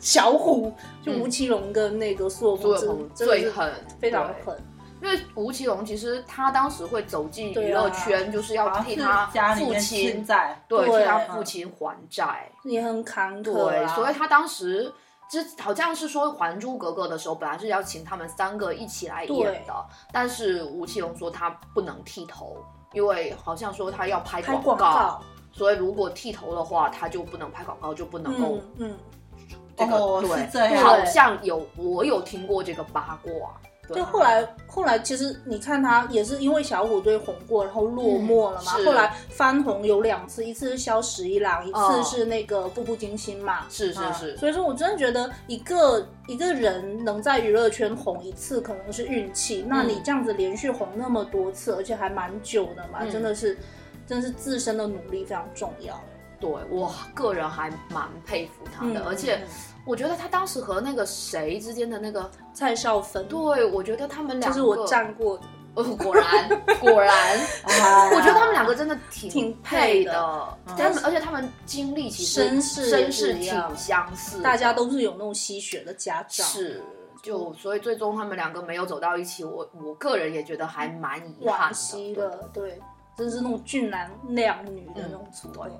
小虎就吴奇隆跟那个苏有
苏
朋，
有朋
真的
嗯最
是
狠，
非常
对。
狠。
因为吴奇隆其实他当时会走进
对啊
娱乐圈，就是要
好像
替
是
他
家里
父
面欠
亲，
债，
对，
对
替他父亲还债，
也很坎坷、
对，
啊，
所以他当时。之好像是说《还珠格格》的时候，本来是要请他们三个一起来演的，但是吴奇隆说他不能剃头，因为好像说他要拍
拍广
广
告，
所以如果剃头的话，他就不能拍广告，就不能够
嗯嗯，
这个、
哦
对，
是这样
好像有我有听过这个八卦，对
就后来后来其实你看他也是因为小虎队红过，然后落寞了嘛，
嗯是
后来翻红有两次，一次是萧十一郎，一次
哦
是那个步步惊心嘛。
是是
啊
是，
所以说我真的觉得一个一个人能在娱乐圈红一次，可能是运气。那你这样子连续红那么多次，而且还蛮久的嘛，
嗯
真的是，真的是自身的努力非常重要。
对我个人还蛮佩服他的，
嗯
而且我觉得他当时和那个谁之间的那个，
蔡少芬，
对我觉得他们两
就
个，
是我站过的，
哦，果 然果然，
啊
我觉得他们两个真的挺
挺配
配
的
的，他
但
们而且他们经历其实
身世也
身
不
世
一样
挺相似的，
大家都是有那种吸血的家长。
是。就所以最终他们两个没有走到一起，我我个人也觉得还蛮遗憾
惋
的。
惜
对
的，对，真是那种俊男靓女的那种组合。
嗯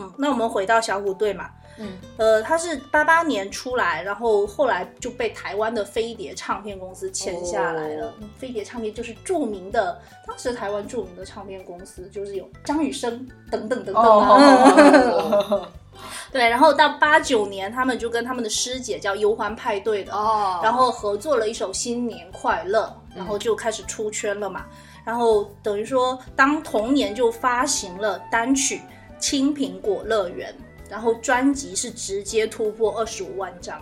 嗯，那我们回到小虎队嘛，
嗯，
呃，他是八八年出来，然后后来就被台湾的飞碟唱片公司签下来了。
哦
嗯飞碟唱片就是著名的，当时台湾著名的唱片公司，就是有张雨生等等等等啊。
哦
对，然后到八九年，他们就跟他们的师姐叫忧欢派对的，
哦，
然后合作了一首《新年快乐》，然后就开始出圈了嘛。然后等于说，当同年就发行了单曲《青苹果乐园》，然后专辑是直接突破二十五万张。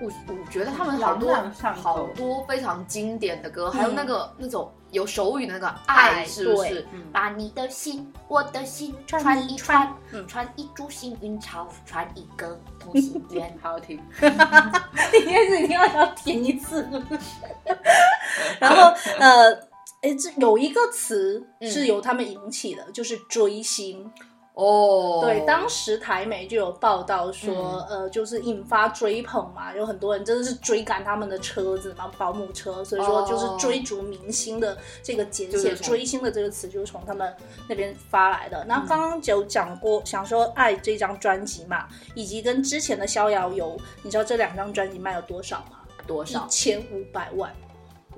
我我觉得他们好多
朗朗上口
好多非常经典的歌，还有那个那种有手语的那个
嗯爱
爱，是不是
对？啊
嗯。
把你的心，我的心
穿
穿
一
一
穿
穿，
嗯
穿一株幸运草，穿一根同心圆
好听，
你应该是一定要要填一次。 然后呃，哎，这有一个词是由他们引起的，就是追星。
哦嗯
对，当时台媒就有报道说，呃，就是引发追捧嘛，有很多人真的是追赶他们的车子嘛，保姆车，所以说
哦
就是追逐明星的这个简
就是
写“
从嗯
追星”的这个词，就是从他们那边发来的。那刚刚有讲过，想说《爱》这张专辑嘛，以及跟之前的《逍遥游》，你知道这两张专辑卖了多少吗？
多
一
少？
千五百万。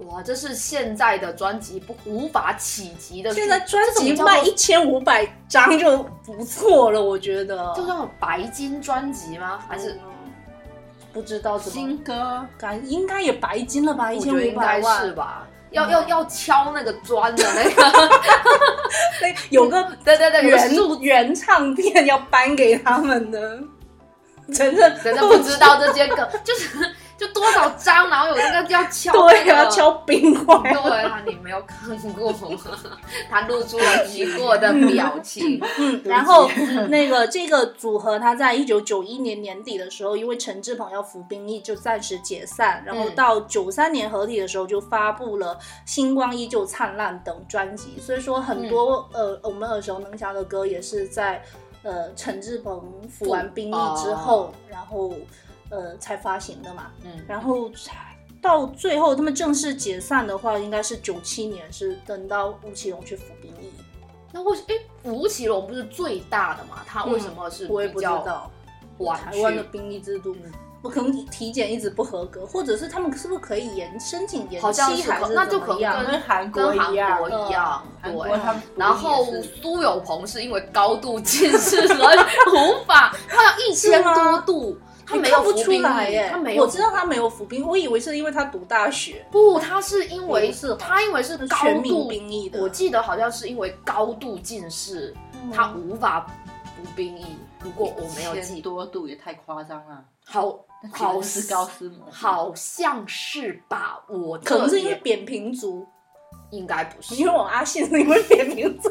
哇，这是现在的专辑不无法企及的数，
现在专辑
这种叫做
卖一千五百张就不错了，我觉得。
就叫白金专辑吗？还是
嗯不知道怎么
新歌
感应该也白金了吧，一
我
千
觉得
五
应
百
该是
万。
吧？要要要敲那个砖的那 个，
对，有个
对对对，有个
原
数
原唱片要颁给他们的，真的
真的不知道这些 梗，就是就多少章，然后有那个要敲、那
对
个
啊，敲冰块。
对啊，你没有看过 吗？他露出了疑惑的 表情。
嗯，然后那个这个组合，他在一九九一年年底的时候，因为陈志朋要服兵役，就暂时解散。然后
嗯
到九三年合体的时候，就发布了《星光依旧灿烂》等专辑。所以说，
嗯
很多、呃我们耳熟能详的歌，也是在呃陈志朋服完兵役之后，
哦
然后呃才发行的嘛。
嗯，
然后到最后他们正式解散的话，应该是九七年，是等到吴奇隆去服兵役。
那为什哎，吴奇隆不是最大的嘛？他为什么是
嗯我也
比
不知
较
道。
晚
台
去？嗯
湾的兵役制度，我可能体检一直不合格，或者是他们是不是可以延申请延
好像
期
是
还
可
是
那
怎
就
么
可能
样？
跟韩国
跟
一
韩
样，
国一样，
韩国
对。
他们
然后
也是
苏有朋是因为高度近视， 所以无法，他要一千多度，他
你
没
看不
有服
出
兵
来
役
耶，，
他没有
我知道他没有服兵，我以为是因为他读大学，
不，他是因为
不是吧
他因为是
是
高
全民
度
兵役的
我记得好像是因为高度近视，
嗯
他无法服兵役，如果我没有
1000
记
多度也太夸张了，
好
那基
好
本是高斯模，
好像是吧？我
可能是因
这
为
也
扁平足，
应该不是，
因为我阿信是因为扁平 足，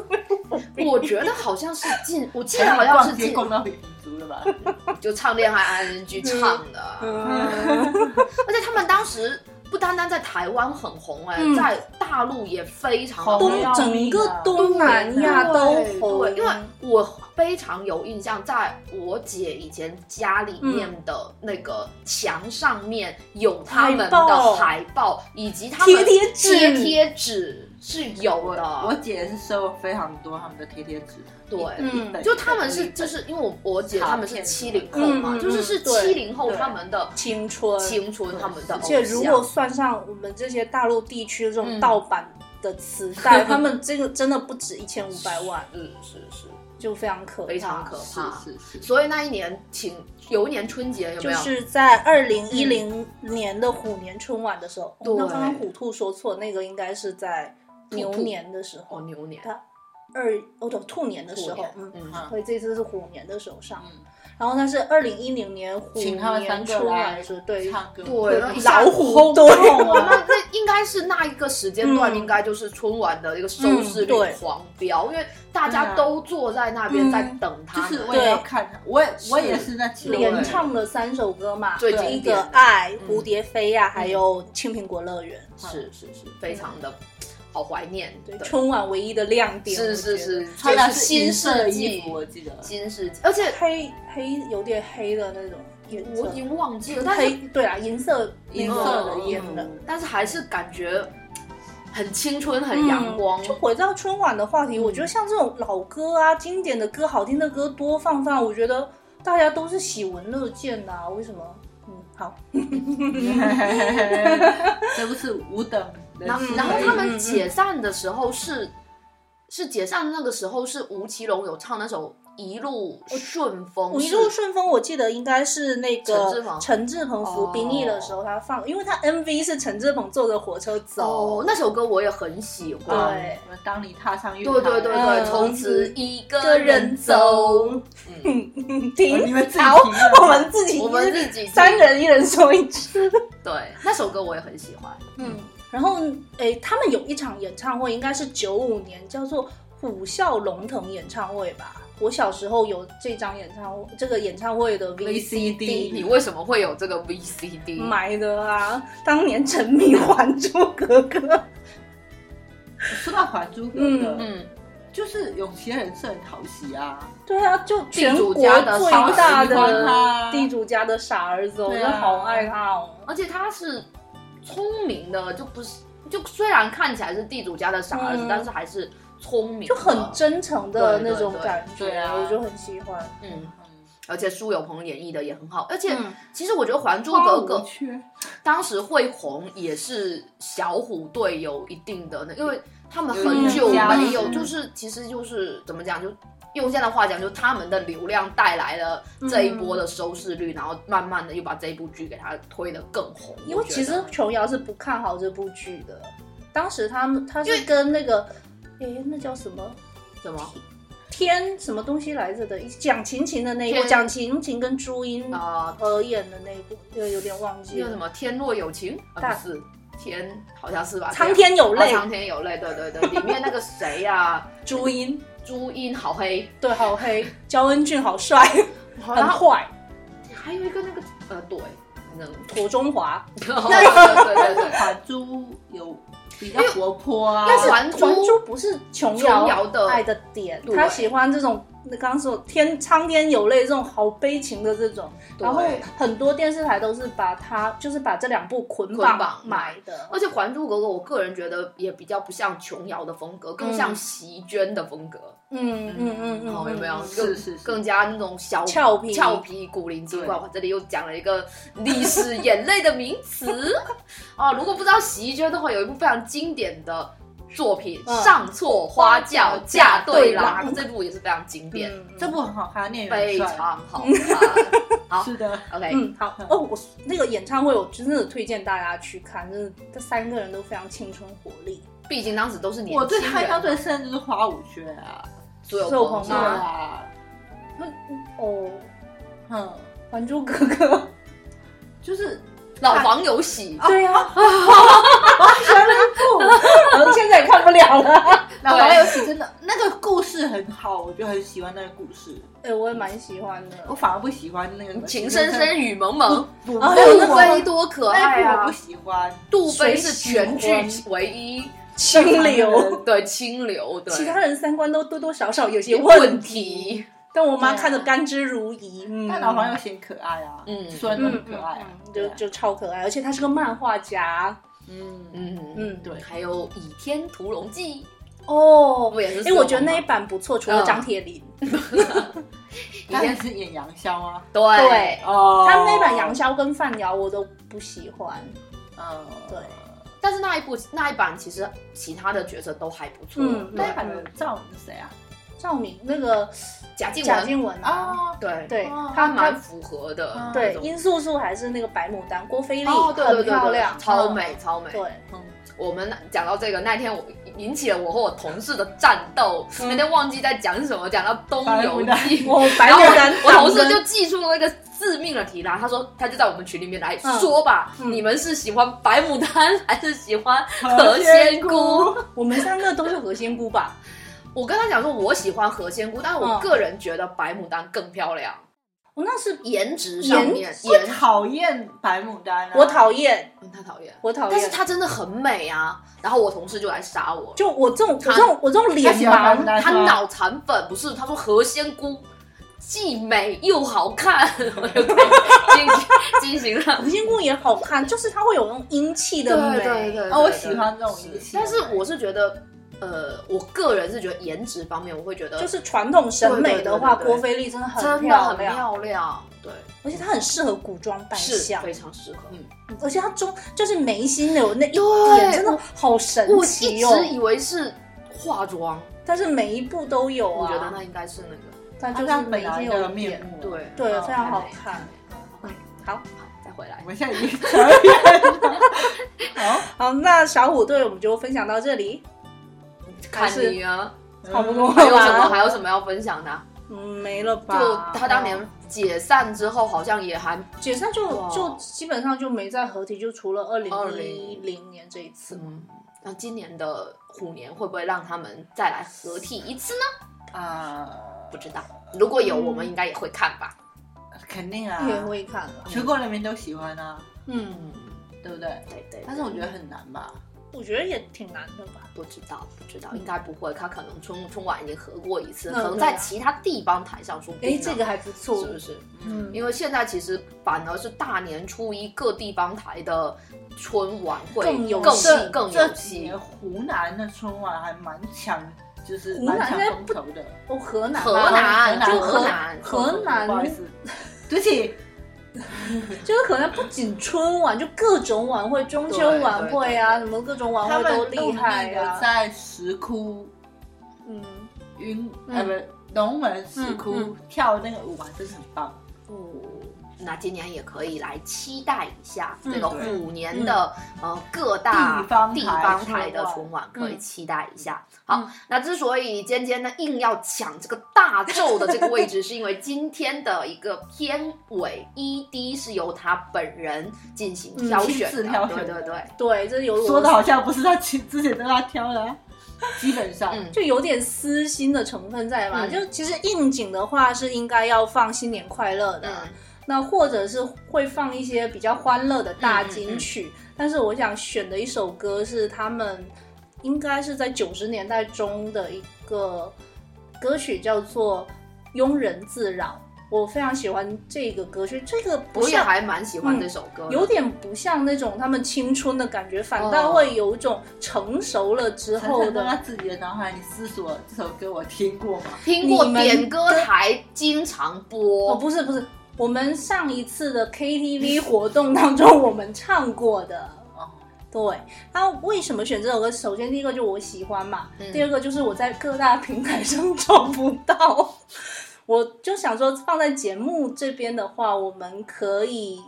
我觉得好像是 进，我记
哎
得
你
好像是
逛街
进，
逛到民族了吧？
就唱恋爱 ing 唱的 啊，而且他们当时不单单在台湾很红哎、
嗯
在大陆也非常红
红
东
要
整
命
个
啊
东南亚都
对
红，
对因为我非常有印象，在我姐以前家里
嗯
面的那个墙上面有他
海
们
报
的海报，以及他们
贴贴纸
贴贴纸是有
我
的。
我姐是收了非常多他们的贴贴纸，
对
一本
就他们是，
一本
就是因为我我姐他们是七零后
嗯
嘛，
嗯
就是是
嗯对
七零后他们的
青春。
青春，他们的
而
偶
且
像。
如果算上我们这些大陆地区的这种
嗯
盗版的磁 带，他们这个真的不止一千五百万，
是嗯是是，
就非常可怕。
非常可怕。
是是是，
所以那一年，请有一年春节有
就
没有？
是在二零一零年的虎年春晚的时候，
嗯对
哦那刚刚虎兔说错，那个应该是在牛年的时
哦
候，
牛年
二哦对兔年的时
兔
候
年，
嗯，
嗯
所以这次是虎年的时候上，
嗯，
然后但是二零一零年虎
请他们三个
年春晚
来
的时候，对，
唱歌，
对，然后一下
老
子
虎对，
哇，那那应该是那一个时间段，
嗯
应该就是春晚的一个收
嗯
视
对
率狂飙，因为大家都坐在那边
嗯
在等
就
他
是
们。
我也要看他，我也我也是那其中
连唱了三首歌嘛，
最
对
经
一
典
个
的嗯
《爱》、《蝴蝶飞》呀，还有《青苹果乐园》。
是是是，非常的好怀念。
对，
嗯对
春晚唯一的亮点。
是
我
是
觉
是
得，，
穿
的
的
是
是
新
银色的
世
衣
纪
服，，我记得
新世纪，而且
黑黑有点黑的那种颜色，
我已经忘记了，但
黑
是
对啊，银色嗯
银
色
色的衣
演
服
的。
但是还是感觉很青春，很阳光。
嗯就回到春晚的话题，我觉得像这种老歌啊、经典的歌、好听的歌多放放，我觉得大家都是喜闻乐见的、啊。为什么？嗯，好，
这不是五等人
然后
士
然后
而已
他们解散的时候是是解散的那个时候是吴奇隆有唱那首《一路顺风》，
哦我一路顺风，我记得应该是那
陈志
个
朋
陈志哦朋服兵役的时候他放，因为他 MV 是陈志朋坐着火车
是
走，，
哦那首歌我也很喜欢。
对
我当你踏上乐
对对对
嗯
对，从此一
个
个人
人
走
走。，
嗯，
停，
你们自己
好
停了，
我们自己
我们自己
三人一人说一句。
对那首歌我也很喜欢。
嗯，然后诶，他们有一场演唱会，应该是九五年，叫做《虎啸龙腾》演唱会吧。我小时候有这张演唱会，这个演唱会的
VCD
你为什么会有这个 VCD？
买的啊，当年沉迷《还珠格格》。
说到《还珠格格》，
嗯，
就是有些人是很讨喜啊，
对啊，就全国
地主家的
最大
傻儿子喜欢
的
他
地主家的傻儿子，我真
对啊
的好爱他哦。
而且他是聪明的，就不是就虽然看起来是地主家的傻儿子，
嗯
但是还是聪明的，
就很真诚的
嗯对
那种
对对
感觉，
对啊
我就很喜欢。
嗯。
嗯，
而且苏有朋演绎的也很好，而且
嗯
其实我觉得《还珠格格
无》缺，
当时会红也是小虎队有一定的那，因为他们
有一
很
定
久
加
没
持
嗯
有，就是其实就是怎么讲，就用现在的话讲，就他们的流量带来了
嗯
这一波的收视率，然后慢慢的又把这一部剧给它推得更红。
因为
我觉
其实
得
琼瑶是不看好这部剧的，当时他们他
因
是
为
跟那个，诶，那叫什么
怎么
天什么东西来着的，蒋勤勤的那一部，
天
蒋勤勤跟朱茵
啊？
合演的那一部，这个有点忘记
那个什
了。
么《天若有情》啊，
大
不是天，好像是吧？
苍天有
有
泪，
哦苍天有泪，对对对，里面那个谁呀，
朱茵
朱茵好黑，
对，好黑，焦恩俊好帅，
哦
很
然后
坏，
还有一个那个呃，对，那个
妥中华，
那对对对对。
还珠有比较活泼啊，
但是还珠
还珠不是琼
琼瑶的
爱的点，
对
他喜欢这种，那刚刚说天苍天有泪这种好悲情的这种，
对
然后很多电视台都是把它就是把这两部捆
捆绑
买的，
而且《还珠格格》，我个人觉得也比较不像琼瑶的风格，更像席绢的风格，
嗯嗯嗯嗯，
哦，有没有？
是
更
是是
更加那种小
俏皮
俏皮、古灵精怪。
对
我这里又讲了一个历史眼泪的名 词哦。如果不知道席绢的话，有一部非常经典的作品《
嗯
上错花轿嫁对郎
对》，
这部也是非常经典，
嗯
这部很好看，聂远
非
帅，
常好看。好
是的，
OK，
嗯，好哦，我那个演唱会我真的推荐大家去看，真的这三个人都非常青春活力，
毕竟当时都是年轻人嘛，
我对他印象最深的就是花无缺啊，
苏有
苏有
朋
朋
对
吗
嘛，
啊，
哦，
嗯，
《还珠格格》
就是
老黄有喜，
对呀、啊，原来不，现在也看不了了。
老王有喜真的那个故事很好，我就很喜欢那个故事。
哎，我也蛮喜欢的。
哦
我反而不喜欢那
哦
个
情深，深雨蒙蒙，
不
哎
那
呦
哦个
杜
我
飞多可
哎
爱
那个我
啊
不！喜欢。
杜飞是全剧唯一
清流，
对清流，对
其他人三观都多多少少有些
有
问
问
题，
题，啊
但我妈
对啊
看得甘之如饴。嗯，
但老黄又显可爱啊，
嗯
虽然都
嗯
很可
嗯
爱啊，
嗯，
对
就
啊
就超可爱，而且她是个漫画家。
嗯，
嗯嗯，
嗯，
对
还有《倚天屠龙记》，
哦，
不也是
哎，
色
我觉得
盲吗
那一版不错，除了
嗯
张铁林，
他也是演杨逍啊，
对
对
哦
他们那版杨，逍跟范瑶我都不喜欢。
嗯，
对，
但是那一部那一版其实其他的角色都还不错，
嗯
那
对
一版的赵是谁啊？
赵敏那个
贾静
贾
雯，
静�雯啊，
啊，
对
对
哦
她
她
蛮
她
符合的
嗯，
对
那种
殷素素还是那个白牡丹，郭菲丽
哦，对对
很
对对，
漂亮，
超
嗯
美超美。
对，
我们讲到这个那天我引起了我和我同事的战斗，那天忘记在讲什么，讲到东游
白
记，
我白
然后
牡丹，
我同事就寄出了一个致命的题啦，他说他就在我们群里面来
嗯
说吧，
嗯
你们是喜欢白牡丹还是喜欢何仙姑？
我们三个都是何仙姑吧？
我跟他讲说我喜欢何仙姑，但是我
嗯
个人觉得白牡丹更漂亮，
我那是
颜值上面颜
我讨厌白牡丹啊，
我讨厌，
嗯太讨厌了，
我讨厌，
但是她真的很美啊。然后我同事就来杀我，
就我这种我这种我这种脸
他喜欢白牡
盲，
丹
他
是吗
脑残粉不是，他说何仙姑既美又好看， 我就开始进行进行了。
何仙姑也好看，就是她会有那种英气的美。
哦，我喜欢这种仪器，
但是我是觉得，呃，我个人是觉得颜值方面，我会觉得
就是传统审美的话，
对对对对对
郭菲丽真的很
真的
漂
很
亮，
漂亮，对，
而且她很适合古装扮
是
相，
非常适合。
而且她中就是眉心的有那一
对
点真的好神
嗯我一
奇哦
直。以为是化妆，
但是每一部都有
我
啊，
觉得那应该是那
她
个
就
就是
是本
每一
来
天
的
有一
面
点，
目，
对
对，
嗯
非常好
太美
看。 嗯，好。
好再回来
我。们现在已经可以了，
好，那小虎队我们就分享到这里，
看 你啊，
好，
差不多
还有什么
吧
还有什么要分享的啊？
嗯，没了吧？
就他当
哦
年解散之后，好像也还嗯
解散就
哇
就基本上就没再合体，就除了二零一零
2010
年这一次。
嗯，那今年的虎年会不会让他们再来合体一次呢？
啊
不，知道，如果有，
嗯
我们应该也会看吧。
肯定啊，
也会看了，
全国人民都喜欢啊，
嗯，
对不对？
对对，
但是我觉得很难吧，
我觉得也挺难的吧。
不知道，不知道，应该不会。他可能春春晚已经合过一次，
嗯
可能在其他地方台上说不定
哎，
呢。
这个还不错
是，不是？
嗯，
因为现在其实反而是大年初一各地方台的春晚会
更有
更
戏
这
戏更
这
有
几
戏
年。湖南的春晚还蛮强，就是
湖
蛮
南
强
那
风头的。
哦，河南啊，
河
河南
南，就
河
南，
河南
不好意思， 对不起，
就是可能不仅春晚，就各种晚会，中秋晚会啊，什么各种晚
他
会
们
都
陆
厉
地
害
的
啊。
在石窟、
嗯，
云
嗯
呃不龙门石
嗯
窟跳那个舞还真的很棒。
哦，那今年也可以来期待一下这个
嗯对嗯
虎年的、呃各大
地方台
方台的春
春
晚，可以
嗯
期待一下。
嗯
好，那之所以尖尖呢硬要抢这个大咒的这个位置，是因为今天的一个片尾 ED 是由他本人进行挑
嗯亲
选的，
自挑选
对
的
对对，
对，这有
说的
好，
好像不是他之之前都他挑的啊，基本上
嗯。
就有点私心的成分在嘛。
嗯
就其实应景的话是应该要放新年快乐的，
嗯，
那或者是会放一些比较欢乐的
嗯
大金曲，但是我想选的一首歌是他们应该是在九十年代中的一个歌曲，叫做《庸人自扰》。我非常喜欢这个歌曲，这个不
我也
像
还蛮喜欢这首歌的，
嗯
有点不像那种他们青春的感觉，反倒
哦
会有一种成熟了之
陈
后
晨 在
的
他自己的脑海里思索这首歌，我听过吗？
听过
你们
点歌台经常播，
哦，不是不是，我们上一次的 KTV 活动当中，我们唱过的。
哦
对，那为什么选这首歌？首先第一个就我喜欢嘛，
嗯
第二个就是我在各大平台上找不到， 我就想说放在节目这边的话，我们可以。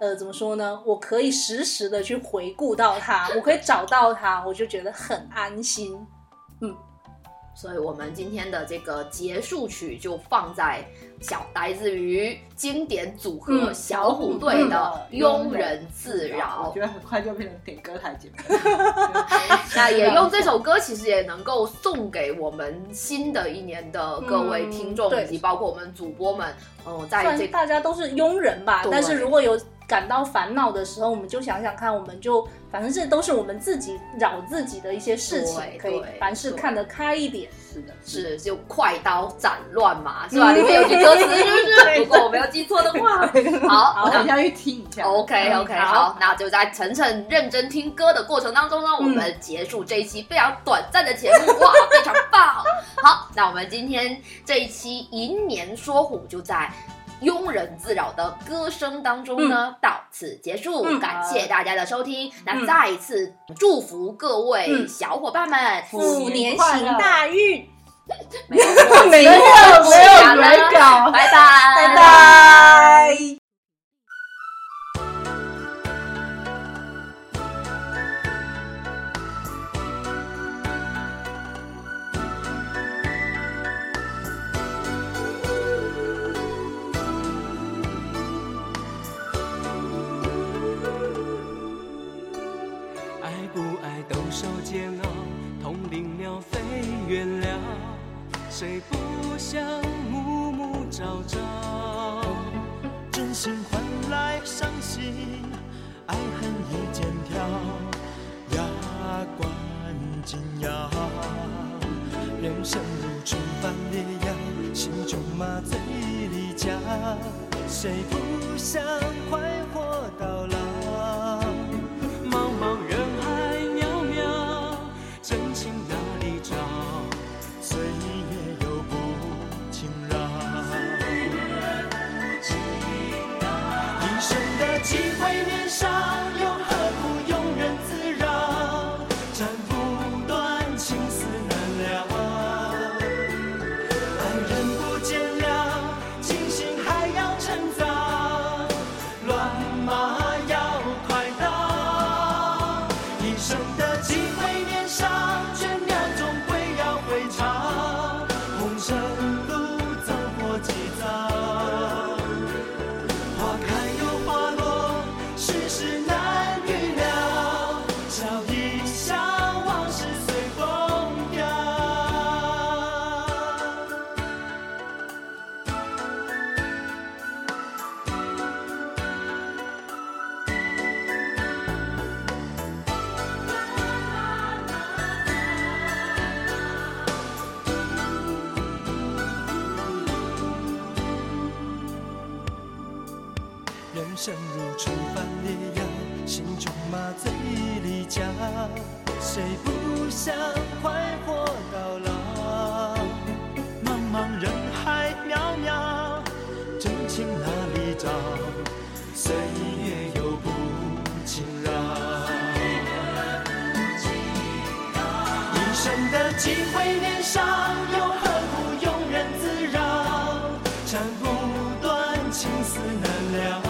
呃，怎么说呢？我可以实时的去回顾到它，我可以找到它，我就觉得很安心。
所以我们今天的这个结束曲就放在小来自于经典组合
嗯
小虎队的《庸人自扰
我》觉得很快就变成点歌台节目。
那也用这首歌，其实也能够送给我们新的一年的各位听众，
嗯对
以及包括我们主播们，嗯、在
算
这
是
个。
大家都是庸人吧，
对
但是如果有感到烦恼的时候，我们就想想看，我们就反正这都是我们自己扰自己的一些事情
对，
可以
对
凡事
对
看得开一点。
是的，的。
是就快刀斩乱麻是吧？里面有句歌词就是，如果我没有记错的话，好，
我
那
等一下去听一下。
OK
嗯
OK，
好
好，那就在晨晨认真听歌的过程当中呢，我们结束这一期非常短暂的节目，哇，非常棒！好，那我们今天这一期银年说虎就在。庸人自扰的歌声当中呢，到此结束，
嗯
感谢大家的收听。那
嗯
再一次祝福各位
嗯
小伙伴们，
虎
虎
嗯年
年快
行
乐
大运，
没有
没有没有原稿，
拜拜
拜拜。
爱不爱都受煎熬，同林鸟飞远了，谁不想暮暮朝朝？
真心换来伤心，爱恨一肩挑，牙关紧咬。人生如春般烈阳，心中麻醉离家，谁不想快活到老？
茫茫人海渺渺，真情哪里找？
岁月又不轻饶。一生的机会年少，又何苦庸人自扰？斩不断，情丝难了。啊爱人不见了，清醒还要趁早。乱麻要快刀，一生的机会年少，倦鸟总归要回巢。红尘路走过几遭。花开又花落，世事难预料。笑一笑，往事随风飘。人生如春般烈阳，心中麻醉离家，谁不想快活到老？茫茫人海渺渺，真情哪里找？岁月又不轻饶。一生的机会年少，又何苦庸人自扰？斩不断，情丝难了。